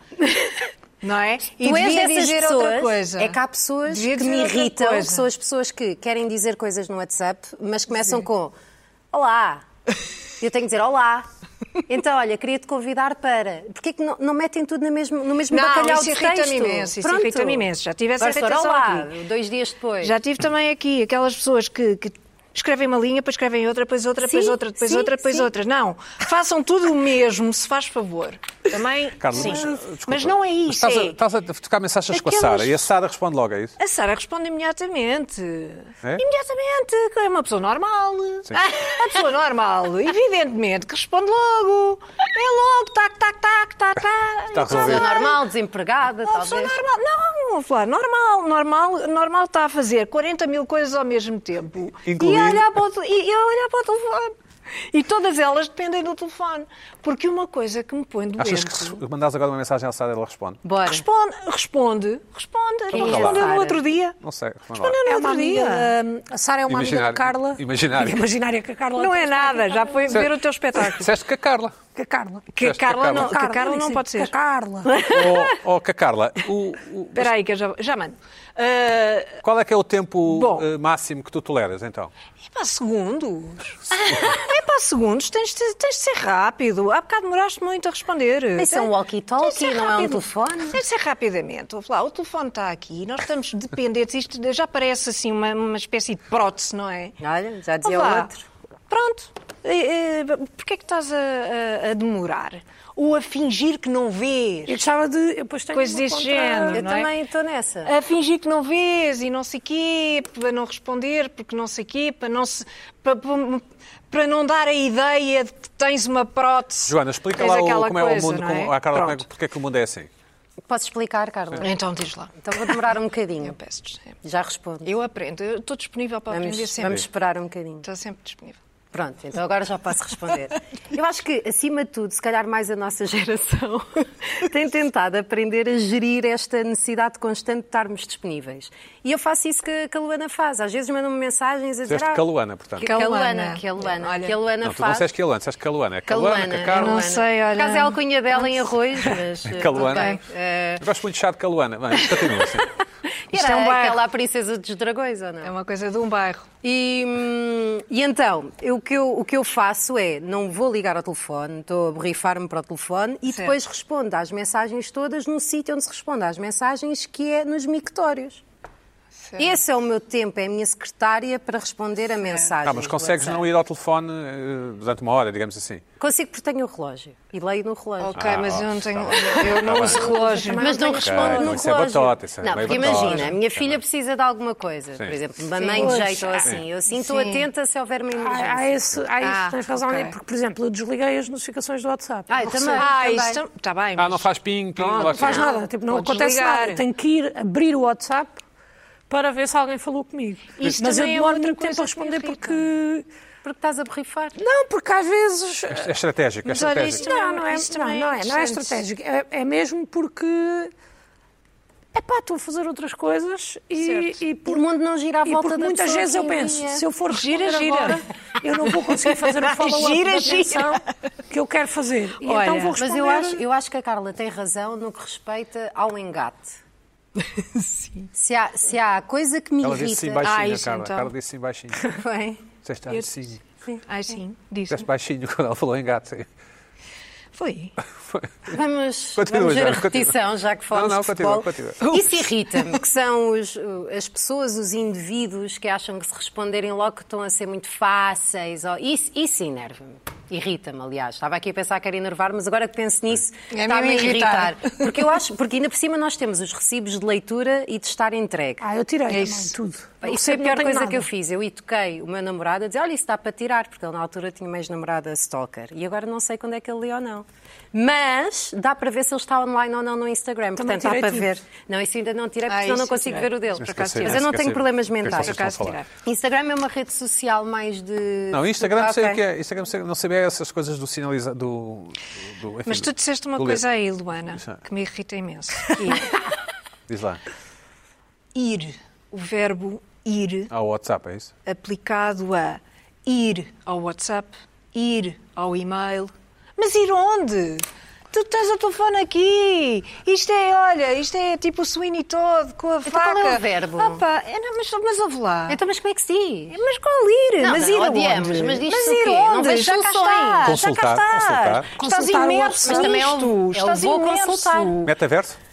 C: Não é? E
B: Tu és
C: devia
B: dessas
C: dizer
B: pessoas,
C: outra coisa.
B: É que há pessoas
C: Devia
B: que
C: dizer
B: me
C: outra
B: irritam, que
C: coisa.
B: são as pessoas que querem dizer coisas no WhatsApp, mas começam com Olá. Eu tenho que dizer Olá. Então, olha, queria te convidar para. Porquê que não, não metem tudo no mesmo, no mesmo
C: Não,
B: bacalhau
C: isso
B: de texto?
C: irrita-me imenso, isso
B: Pronto.
C: irrita-me imenso. Já tive essa
B: Agora, se for
C: irritação
B: Olá,
C: aqui.
B: dois dias depois.
C: Já tive também aqui aquelas pessoas que, que escrevem uma linha, depois escrevem outra, depois outra, depois
B: Sim,
C: outra, depois
B: sim,
C: outra, depois
B: sim.
C: outra. Não, façam tudo o mesmo, se faz favor. Também,
A: Carla,
C: sim.
A: mas,
C: Mas,
A: ah, desculpa.
C: não é
A: Mas
C: isso.
A: Estás a,
C: é-
A: estás a tocar mensagens com a
C: Aquelas-
A: Sara e a Sara responde logo a isso.
C: A Sara responde imediatamente.
A: É?
C: Imediatamente, que é uma pessoa normal. A pessoa normal, evidentemente, que responde logo. É logo, tac, tac, tac, tac, tac.
A: Está
B: Uma pessoa
A: resolvido.
B: normal, desempregada,
C: Uma pessoa
B: talvez.
C: normal. Não, vou falar, normal, normal, normal está a fazer 40 mil coisas ao mesmo tempo.
A: Incluindo-
C: E a olhar para o, te- e a olhar para o telefone. E todas elas dependem do telefone. Porque uma coisa que me põe doente...
A: Achas que se mandares agora uma mensagem à Sara ela responde?
B: Bora.
C: Responde, responde, responde.
B: Quem é a
C: Respondeu no
B: Sara?
C: outro dia.
A: Então Não sei, responde lá.
C: Respondeu no
D: É uma
C: outro
D: amiga.
C: dia.
D: hum, A Sara é uma amiga
A: Imaginário-
D: da Carla.
A: imaginário.
D: Imaginária que a Carla.
C: Não é nada, já foi
A: Certo.
C: ver o teu espetáculo.
A: Disseste que a Carla.
D: Que a Carla.
C: Que a
A: Certo, que a
C: Carla não, que a
D: Carla,
C: Carla
D: nem
C: não
D: sei,
C: pode
D: que
C: ser.
D: a Carla.
A: Ou que Oh, a Carla, o- o-
C: Espera aí, que eu já, já mando. Ah,
A: qual é que é o tempo
C: Bom.
A: eh, máximo que tu toleras, então?
C: é para segundos. é para segundos, tens de, tens de ser rápido. Há bocado demoraste muito a responder.
B: Isso é um walkie-talkie,
C: Tens de ser
B: não é um
C: rápido.
B: telefone?
C: Tens de ser rapidamente. Ouve lá, o telefone está aqui, nós estamos dependentes. Isto já parece assim uma, uma espécie de prótese, não é?
B: Olha, já dizia
C: Olá.
B: o outro.
C: Pronto. Eh, eh, Porquê é que estás a, a- a demorar? Ou a fingir que não vês?
D: Eu gostava de. Eu depois tenho
C: Coisas
D: uma
C: deste
D: contra-
C: género.
B: Eu
C: Não é?
B: também estou nessa.
C: a fingir que não vês e não sei quê, para não responder, porque não sei quê, para não, se, para, para- para não dar a ideia de que tens uma prótese.
A: Joana, explica
C: tens
A: lá o-
C: aquela
A: como é o
C: coisa,
A: mundo,
C: não
A: como, à Carla, como é, que-
C: Pronto.
A: porque é que o mundo é assim.
B: Posso explicar, Carla?
C: Então diz lá.
B: Então vou demorar um bocadinho.
C: Eu peço desculpa.
B: Já respondo.
C: Eu aprendo, eu estou disponível para aprender
B: Vamos,
C: sempre.
B: vamos esperar um bocadinho.
C: Estou sempre disponível.
B: Pronto, então agora já posso responder. Eu acho que, acima de tudo, se calhar mais a nossa geração tem tentado aprender a gerir esta necessidade constante de estarmos disponíveis. E eu faço isso que, que a Luana faz. Às vezes mandam-me mensagens a dizer...
A: Disseste
B: ah,
A: que a Luana, portanto.
B: Que, que a Luana,
C: Caluana.
B: que a Luana,
C: Olha.
B: que a Luana
A: Não, tu não
B: faz.
A: disseste que a Luana, disseste que a Luana. É que a Luana, que a
B: Caluana.
A: Carla.
C: não sei,
B: Por acaso
C: olha.
B: é a alcunha dela em arroz, mas... eh,
A: Caluana.
B: ok. Eh,
A: Eu Gosto muito de chá de Caluana. Bem, continua assim.
B: Era
C: Isto é um bairro.
B: aquela a princesa dos dragões, ou não?
C: É uma coisa de um bairro.
B: E, hum, e então, eu- o que, eu, o que eu faço é, não vou ligar ao telefone, estou a borrifar-me para o telefone e
C: Certo.
B: depois respondo às mensagens todas num sítio onde se responde às mensagens, que é nos mictórios.
C: Certo.
B: Esse é o meu tempo, é a minha secretária para responder a mensagens.
A: Ah, mas
B: do
A: consegues
B: WhatsApp.
A: não ir ao telefone eh, durante uma hora, digamos assim.
C: É
B: Consigo porque tenho o relógio e leio no relógio.
C: Ok,
A: Ah,
C: mas eu não
A: está
C: tenho.
A: bem.
C: Eu não
A: Está
C: uso
A: bem.
C: relógio.
B: Mas não
A: Ok,
B: respondo no
A: então isso é
B: relógio.
A: batota, isso é
B: não,
A: meio
B: porque
A: batota.
B: imagina, a minha filha precisa de alguma coisa.
A: Sim.
B: Por exemplo, mamãe de
C: Sim.
B: jeito ou assim. Eu assim estou
C: Sim.
B: atenta se houver uma
D: Há, há
B: emergência.
D: esse, há isso,
C: Ah,
D: tens razão,
C: ok.
D: é porque, por exemplo, eu desliguei as notificações do WhatsApp.
B: Ah, eu
D: Não
B: também.
D: recebo.
C: Ah,
B: também.
C: isso tam- está bem.
A: Ah, não
C: mas-
A: faz ping, ping.
C: Não,
A: lá
C: não
D: Não faz
A: assim.
D: nada, tipo, não
C: Podes
D: acontece
C: ligar.
D: nada. Tenho que ir abrir o WhatsApp para ver se alguém falou comigo.
C: Isto
D: Mas
C: também
D: eu
C: é
D: demoro
C: outra
D: muito tempo
C: coisa
D: a
C: que me
D: responder
C: irrita.
D: porque.
B: Porque estás a borrifar.
D: Não, porque às vezes.
A: É estratégico, é
C: Mas olha,
A: estratégico.
C: isto
D: Não, não é,
C: Isso
D: não,
C: também é
D: não é, não é
C: interessante.
D: estratégico. É, é mesmo porque. É pá, estou a fazer outras coisas e,
C: Certo.
D: e
B: O
D: por
B: mundo não gira à
D: E
B: volta
D: porque
B: da
D: muitas
B: pessoa
D: vezes
B: que é
D: eu penso,
B: envia.
D: se eu for
C: Gira,
D: responder
C: gira.
D: agora, eu não vou conseguir fazer o follow-up
C: Gira,
D: da
C: gira.
D: atenção que eu quero fazer. E
C: Olha,
D: então vou
C: mas
D: responder...
B: Mas eu acho, eu acho que a Carla tem razão no que respeita ao engate. Sim. Se há, se há coisa que me
A: Ela disse
B: irrita.
A: sim
C: Ah,
A: baixinho,
C: isso
A: Carla.
C: então.
A: Carla disse sim baixinho.
B: bem.
A: Disseste ah, sim.
C: Ai, sim, disse.
A: Disseste baixinho quando ela falou em gato.
C: Foi.
B: Vamos,
A: Continua,
B: vamos ver a
A: Jorge, continua.
B: repetição, já que falamos
A: Não, não,
B: de
A: continua,
B: futebol.
A: continua.
B: Isso irrita-me, que são os, uh, as pessoas, os indivíduos que acham que se responderem logo que estão a ser muito fáceis. Ou... Isso, isso enerva-me. Irrita-me, aliás. Estava aqui a pensar que era enervar, mas agora que penso nisso,
C: É
B: está-me a
C: mesmo irritar.
B: irritar. Porque eu acho, porque ainda por cima nós temos os recibos de leitura e de estar entregue.
D: Ah, eu tirei também
C: isso.
D: tudo. Eu
B: é Isso
D: sei
B: é a
D: não
B: pior
D: tenho
B: coisa
D: nada.
B: que eu fiz. Eu toquei o meu namorado a dizer: Olha, isso dá para tirar, porque ele na altura tinha uma ex-namorada stalker. E agora não sei quando é que ele lê ou não. Mas dá para ver se ele está online ou não no Instagram.
D: Também
B: Portanto, dá
D: tirei
B: para
D: tudo.
B: ver. Não, isso é. ainda não tirei,
C: Ah,
B: porque senão
C: isso
B: não
C: eu
B: consigo
C: tirei.
B: ver o dele.
C: Mas
B: por acaso.
A: esqueci-
B: Mas eu não tenho
A: esqueci-
B: problemas
A: o que é que
B: mentais.
A: vocês
C: Por acaso
A: estão a falar?
C: tirar.
B: Instagram é uma rede social mais de.
A: Não, Instagram
B: Ah,
A: sei o
B: ok.
A: que é. Instagram sei- não sabia essas coisas do sinalizar. Do, do, do- enfim,
C: Mas tu
A: do-
C: disseste uma
A: do ler.
C: coisa aí, Luana,
A: Isso.
C: que me irrita imenso.
A: Diz lá.
C: ir, o verbo ir,
A: Ah, o WhatsApp, é isso?
C: aplicado a ir ao WhatsApp, ir ao e-mail. Mas ir onde? Tu tens o telefone aqui. Isto é, olha, isto é tipo o Sweeney Todd com a faca.
B: qual é o verbo?
C: Opa, é, não, mas, mas ouve lá.
B: Então, mas como é que se diz?
C: Mas qual ir?
B: Não,
C: mas
B: não,
C: ir
B: odiamos,
C: aonde?
B: mas diz-se
C: mas
B: o
C: ir
B: quê?
C: onde?
B: Não vejo
C: já cá
B: soluções.
C: estás,
A: Consultar,
C: já cá
A: consultar.
C: estás. Estás
D: Consultar o
C: imerso
D: WhatsApp.
B: Mas também é um-
C: nisto.
B: é um
C: Estás
B: bom
C: imerso.
B: consultar.
A: Metaverso?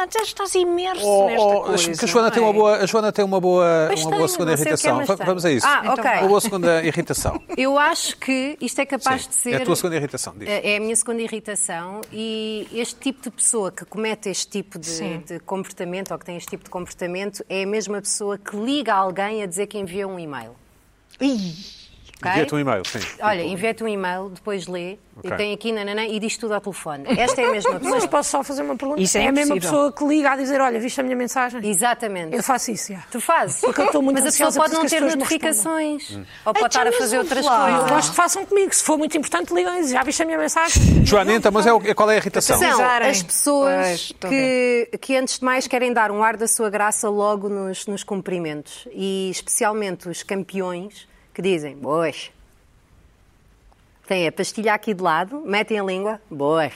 C: Ah, já estás imerso
A: Ou-
C: nesta
A: ou-
C: coisa.
A: Oh, que a Joana,
C: não
A: tem
C: é?
A: uma boa, a Joana tem uma boa,
B: Pois
A: uma
B: tenho,
A: boa segunda
B: não sei o que é,
A: irritação.
B: mas
A: Va-
B: tenho.
A: Vamos a isso.
B: Ah,
A: Então
B: ok.
A: vá. Uma boa segunda irritação.
B: Eu acho que isto é capaz
A: Sim,
B: de ser.
A: É a tua segunda irritação, diz.
B: É é a minha segunda irritação e este tipo de pessoa que comete este tipo de,
C: Sim.
B: de comportamento ou que tem este tipo de comportamento é a mesma pessoa que liga alguém a dizer que envia um e-mail.
C: Ih,
B: ok?
A: Envia-te um e-mail, sim.
B: Olha, envia-te um e-mail, depois lê
A: Ok.
B: e tem aqui nananã e diz tudo ao telefone. Esta é a mesma
D: Mas
B: pessoa.
D: posso só fazer uma pergunta?
C: Isso é
D: a mesma
C: impossível.
D: pessoa que liga a dizer, olha, viste a minha mensagem?
B: Exatamente.
D: Eu faço isso, já.
B: Tu fazes.
D: Porque eu estou muito
B: Mas a pessoa
D: ansiosa,
B: pode
D: por
B: não
D: isso que
B: ter
D: as pessoas me
B: notificações.
A: Hum.
B: Ou pode
C: Então,
B: estar a
C: mas
B: fazer
C: ouve
B: outras
C: lá.
D: Eu
B: coisas.
D: gosto que façam comigo. Se for muito importante, ligam e dizem, já viste a minha mensagem?
A: Joana, então, mas é o- é qual é a irritação?
B: São
C: Precisarem.
B: as pessoas
C: Pois, tô a
B: que, que, antes de mais, querem dar um ar da sua graça logo nos, nos cumprimentos. E especialmente os campeões que dizem boas. Têm a pastilha aqui de lado, metem a língua, boas.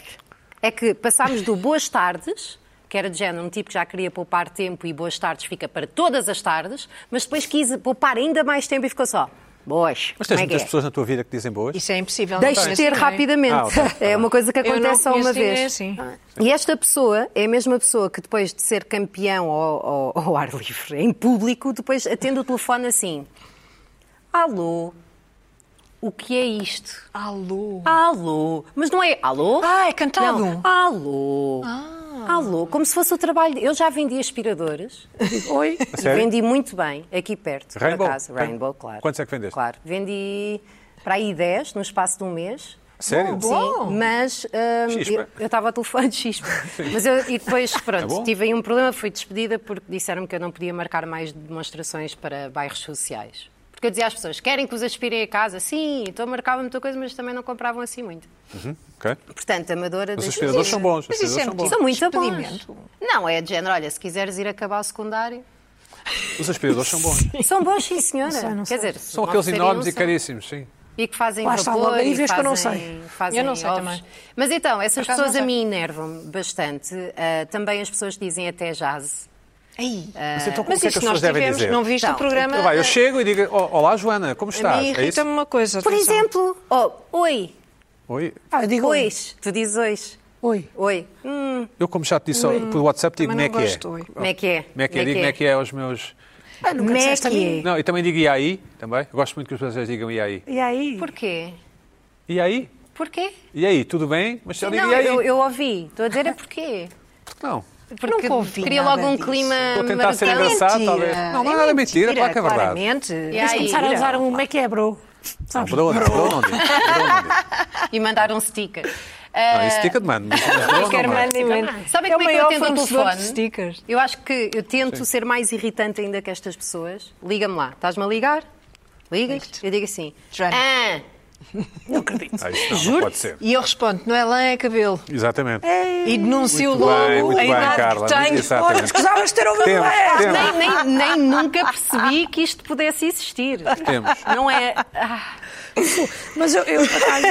B: É que passámos do boas tardes, que era de género um tipo que já queria poupar tempo e boas tardes fica para todas as tardes, mas depois quis poupar ainda mais tempo e ficou só boas.
A: Mas tens
B: Como é que
A: muitas
B: é?
A: pessoas na tua vida que dizem boas?
C: isso é impossível. não
B: Deixe de
C: conheço
B: ter
C: ninguém.
B: rapidamente.
A: Então Ah, ok, tá
B: É
A: bem.
B: uma coisa que
C: Eu não
B: acontece só
C: conheço
B: uma
C: ninguém
B: vez.
C: assim.
B: E esta pessoa é a mesma pessoa que depois de ser campeão ao, ao- ao ar livre, em público, depois atende o telefone assim: Alô, o que é isto?
C: Alô.
B: Alô, mas não é alô?
C: Ah, é cantado.
B: Não, alô.
C: Ah.
B: Alô, como se fosse o trabalho. de- Eu já vendi aspiradores.
D: Oi?
A: sério?
B: Vendi muito bem, aqui perto,
A: Rainbow?
B: por acaso. Rainbow, claro.
A: Quantos é que vendeste?
B: Claro. Vendi para aí 10 no espaço de um mês.
A: Sério?
C: Bom, bom.
B: Sim, mas hum,
A: Chispa.
B: eu- eu estava ao telefone de chispa. Mas eu, e depois, pronto,
A: É bom.
B: tive aí um problema, fui despedida porque disseram-me que eu não podia marcar mais demonstrações para bairros sociais. Porque eu dizia às pessoas, querem que os aspirem a casa? Sim, então marcava muita coisa, mas também não compravam assim muito.
A: Ok.
B: Portanto, a amadora...
A: Mas os
B: deixou-
A: aspiradores são bons. os
C: Mas isso é
A: aspiradores são bons.
B: São muito bons.
C: Despedimento.
B: Não, é de género, olha, se quiseres ir acabar o secundário...
A: Os aspiradores são bons.
B: São bons, sim, senhora.
D: não
B: Quer
D: sei.
B: dizer,
A: São
B: não um
A: aqueles
B: seriam,
A: enormes e
B: são.
A: caríssimos, sim.
B: E que fazem
D: Lá está,
B: vapor
D: logo aí
B: e
D: vês que eu não
B: fazem-
D: sei.
B: fazem
C: Eu não sei
B: ovos.
C: também.
B: Mas então, essas
C: Por acaso
B: pessoas a
C: não sei.
B: mim enervam bastante. Ah, também as pessoas que dizem até jazz.
C: Aí.
A: Mas então como
C: Eh, Mas
A: é que as
C: isso nós
A: pessoas devem
C: tivemos,
A: dizer?
C: não viste
B: Então,
C: o programa?
A: Então, vai, eu chego e digo, "Oh, olá Joana, como
C: Ah, a
A: estás?
C: mim
A: É isso?
C: irrita-me uma coisa.
B: Por
C: atenção.
B: exemplo, oh, oi,
A: Oi.
D: Ah, eu digo oi.
B: ois. Tu dizes ois.
D: Oi.
B: Oi. Hum,
A: Eu como já te disse ó, por WhatsApp, digo como
C: Também
A: é
C: não
A: que é.
C: gosto, oi.
B: como é que é?
A: Como é que é? Digo como é que é aos meus...
D: Ah, nunca
B: Como é
D: disseste a
B: que
D: mim.
B: é?
A: Não, eu também digo e aí, também. Eu gosto muito que as pessoas digam e aí.
D: E aí?
B: Porquê?
A: E aí?
B: Porquê?
A: E aí? Tudo bem? Mas eu digo
B: Não,
A: e aí?
B: eu, eu ouvi. Estou a dizer é porquê.
A: Porque não?
B: Porque
C: Nunca ouvi
B: queria
C: nada
B: logo um
C: disso.
B: clima
A: Estou a tentar ser
B: marcante.
A: engraçado, talvez.
C: Mentira.
A: Não, não é nada mentira, claro que é verdade.
C: Claramente.
B: aí?
D: Começaram a usar um como é que é, bro?
A: Ah, Não, Bruno, Bruno, não digo. Bruno não digo.
B: um e mandaram stickers. Ah,
A: Não, isso fica de mano. mas- mas não, não
C: Quer
A: vai.
C: mandamento.
B: Sabem
C: É o
B: como é que eu
C: maior
B: atendo o
C: fornecedor
B: telefone?
C: de stickers.
B: Eu acho que eu tento ser mais irritante ainda que estas pessoas. Liga-me lá. Estás-me a ligar? Ligas? Eu digo assim.
C: Joana.
B: Ah,
A: Ah, isso não, não
C: Juro?
A: pode ser.
C: E eu respondo, não é lã, é cabelo.
A: Exatamente.
C: E denuncio
A: Muito
C: logo
A: bem, muito
C: a
A: bem,
C: idade
A: Carla,
C: que tenho.
A: exatamente.
C: Ora, escusavas de ter o meu
A: Temos,
C: lã.
A: temos.
B: nem, nem- nem nunca percebi que isto pudesse existir.
A: Temos.
B: Não é. Ah,
D: Mas eu, eu, por acaso,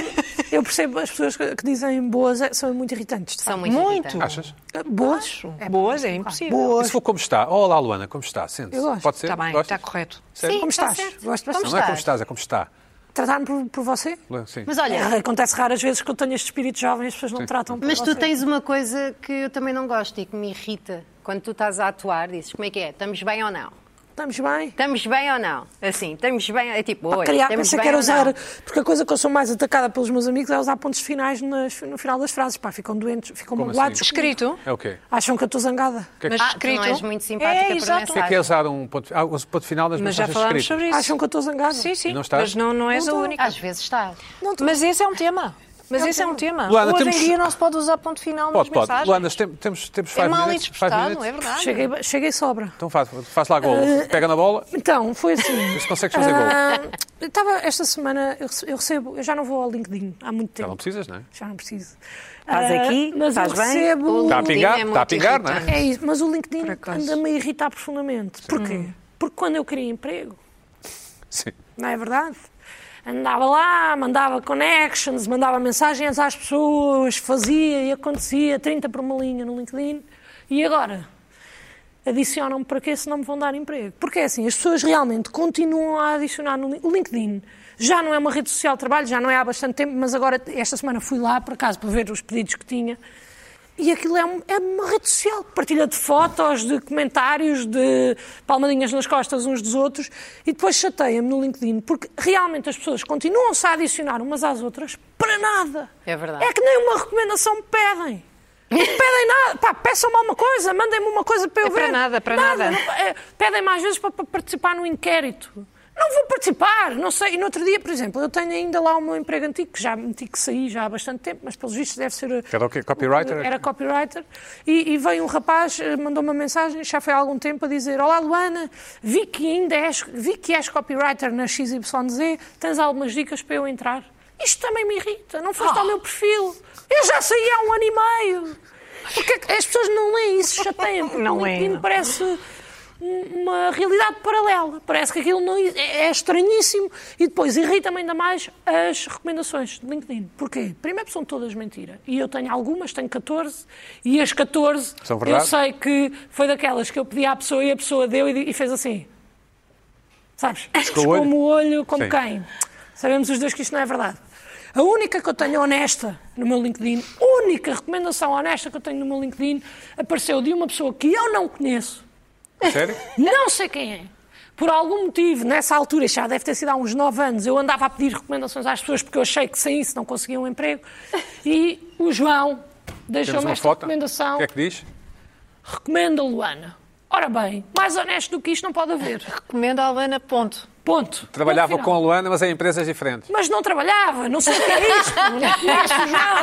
D: eu percebo as pessoas que que dizem boas eh, são muito irritantes. de
B: são
D: facto.
B: muito.
C: Muito.
B: irritantes.
A: Achas?
D: Boas?
C: Boas, é impossível.
A: E se for como está? Olá, Luana, como está? Sente-se.
D: Eu gosto.
A: Pode ser?
C: Está Tá bem,
A: Gostas?
C: está correto.
A: Sério?
D: Como
B: está
D: estás?
B: certo.
D: tá Gosto
B: Como
D: bastante.
A: Não é como
B: estás?
A: estás, é como está.
D: Tratar-me por, por você?
A: Sim.
B: Mas olha,
D: É, acontece raras vezes que eu tenho este espírito jovem as pessoas não me tratam por
B: Mas tu
D: você.
B: tens uma coisa que eu também não gosto e que me irrita. Quando tu estás a atuar, dizes como é que é? Estamos bem ou não?
D: Estamos bem?
B: Estamos bem ou não? Assim, estamos bem. É tipo, oi,
D: Queria,
B: estamos
D: pensei
B: bem
D: que era
B: ou não?
D: usar, porque a coisa que eu sou mais atacada pelos meus amigos é usar pontos finais nas- no final das frases. Pá, ficam doentes, ficam
A: Como
D: magoados.
A: assim?
C: Escrito.
A: É o quê?
D: Acham que eu estou zangada.
C: Mas
B: Ah, tu
C: escrito.
B: não és muito simpática
C: É,
B: por
C: exato.
A: O que é
B: mensagem.
A: que é usar um ponto, ah, um ponto final nas
C: Mas já
A: mensagens
C: falámos
A: escritas?
C: sobre isso.
D: Acham que eu estou zangada.
C: Sim, sim.
A: E não estás?
C: Mas não, não és a
D: estou.
C: única.
B: Às vezes está.
C: Mas esse é um tema. Mas esse é um tema.
A: Luana,
C: Hoje
A: temos-
C: em dia não se pode usar ponto final
A: Pode,
C: nas
A: pode.
C: mensagens.
A: Luana, tem- temos, temos
C: é
A: five
C: mal
A: minutes, five
C: interpretado, não é
A: minutes.
C: verdade?
D: Cheguei, cheguei sobra.
A: Então faz, faz lá gol. Pega na bola.
D: Então, foi assim.
A: Mas é consegues fazer gol?
D: Ah, eu Estava esta semana, eu rece- eu recebo, eu já não vou ao LinkedIn há muito
A: Já
D: tempo.
A: não precisas, não é?
D: Já não preciso.
E: Estás
D: Ah,
E: aqui?
D: mas eu
E: Estás bem?
D: recebo.
A: Está a pingar?
B: é muito
A: Está a pingar, não é?
B: irritante.
D: É isso, mas o LinkedIn
C: Por acaso.
D: anda-me a irritar profundamente. Porquê? Porque quando eu queria emprego,
A: Sim.
D: não é verdade? Andava lá, mandava connections, mandava mensagens às pessoas, fazia e acontecia 30 por uma linha no LinkedIn. E agora? Adicionam-me para quê se não me vão dar emprego? Porque é assim, as pessoas realmente continuam a adicionar no Lin- o LinkedIn. Já não é uma rede social de trabalho, já não é há bastante tempo, mas agora, esta semana, fui lá, por acaso, para ver os pedidos que tinha. E aquilo é, um- é uma rede social, partilha de fotos, de comentários, de palmadinhas nas costas uns dos outros e depois chateia-me no LinkedIn, porque realmente as pessoas continuam-se a adicionar umas às outras para nada.
B: É verdade.
D: É que nem uma recomendação me pedem. Não me pedem nada. Pá, peçam-me alguma coisa, mandem-me uma coisa para eu
C: É
D: ver.
C: para nada, para nada.
D: não- é, Pedem-me às vezes para, para participar no inquérito. Não vou participar, não sei. E no outro dia, por exemplo, eu tenho ainda lá o meu emprego antigo, que já meti que saí já há bastante tempo, mas pelos vistos deve ser eh,
A: Era o quê? Copywriter?
D: era copywriter. E, e veio um rapaz, eh, mandou uma mensagem, já foi há algum tempo, a dizer: Olá, Luana, vi que ainda és, vi que és copywriter na XYZ, tens algumas dicas para eu entrar? Isto também me irrita, não
C: Oh.
D: foste ao meu perfil. Eu já saí há um ano e meio. Porque é que as pessoas não leem isso, chateiam. porque
C: Não
D: o
C: leem,
D: LinkedIn
C: não.
D: parece um- uma realidade paralela. Parece que aquilo não, é é estranhíssimo e depois irrita-me ainda mais as recomendações de LinkedIn. Porquê? Primeiro são todas mentira. E eu tenho algumas, tenho 14, e as 14
A: São
D: eu
A: verdade?
D: sei que foi daquelas que eu pedi à pessoa e a pessoa deu e, e fez assim. Sabes?
A: o olho.
D: Como o olho, como
A: Sim.
D: quem? Sabemos os dois que isto não é verdade. A única que eu tenho honesta no meu LinkedIn, única recomendação honesta que eu tenho no meu LinkedIn, apareceu de uma pessoa que eu não conheço,
A: Sério?
D: não sei quem é. Por algum motivo, nessa altura, já deve ter sido há uns 9 anos, eu andava a pedir recomendações às pessoas porque eu achei que sem isso não conseguia um emprego. E o João
A: Temos
D: deixou-me
A: uma
D: esta
A: foto.
D: recomendação.
A: O que é que diz?
D: Recomenda Luana. Ora bem, mais honesto do que isto não pode haver.
C: Recomendo a Luana, ponto.
D: Ponto.
A: Trabalhava
D: Ponto
A: com
D: final.
A: a Luana, mas em empresas diferentes.
D: Mas não trabalhava, não sei o que é isto, não conheço o João,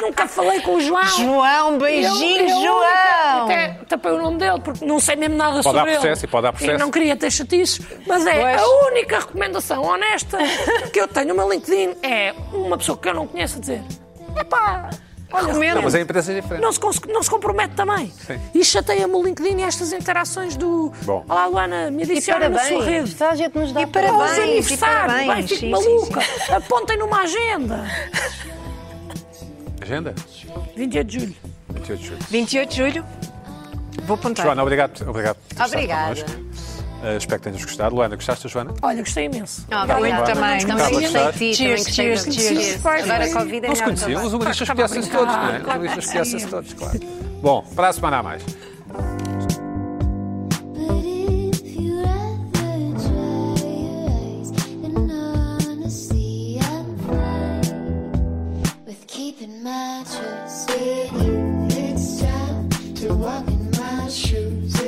D: nunca falei com o João.
C: João,
D: Eu-
C: beijinho,
D: eu-
C: João!
D: Até tapei o nome dele, porque não sei mesmo nada
A: Pode
D: sobre
A: dar
D: ele.
A: processo e pode dar processo.
D: E não queria ter chatices, mas é
C: Pois.
D: a única recomendação honesta que eu tenho no meu LinkedIn é uma pessoa que eu não conheço a dizer epá, olha,
A: Não,
D: recomendo.
A: mas em empresas diferentes.
D: Não se, cons- não se compromete também.
A: Sim.
D: E chateia-me o LinkedIn e estas interações do...
A: Bom.
D: Olá, Luana, me adiciona na sua rede.
B: Toda a gente nos dá
C: E
D: Para
C: parabéns.
D: os aniversários,
C: parabéns,
D: bem, fico
C: sim,
D: maluca. Apontem numa agenda.
A: Agenda?
D: 28 de julho.
A: 28 de julho.
C: 28 de julho. Vou apontar.
A: Joana, obrigado. Obrigado. por ter estado
B: Obrigada.
A: connosco. Ah, espero que tenhas gostado. Luana, gostaste, Joana?
D: Olha, gostei imenso.
B: Não,
C: Ah, Muito
B: obrigada.
C: também,
B: Também
A: também.
B: gostei de ti, também
C: Cheers,
B: gostei de
C: cheers,
B: ti.
C: cheers.
B: Agora com a vida é
A: Não se
B: melhor
A: conheciam,
B: também.
A: os humoristas conhecem-se todos, não é? Os humoristas conhecem-se todos, claro. Bom, para a semana a mais.
F: But if you rather dry your eyes than honesty, I'm fine with keeping my trust with you. It's time to walk in my shoes.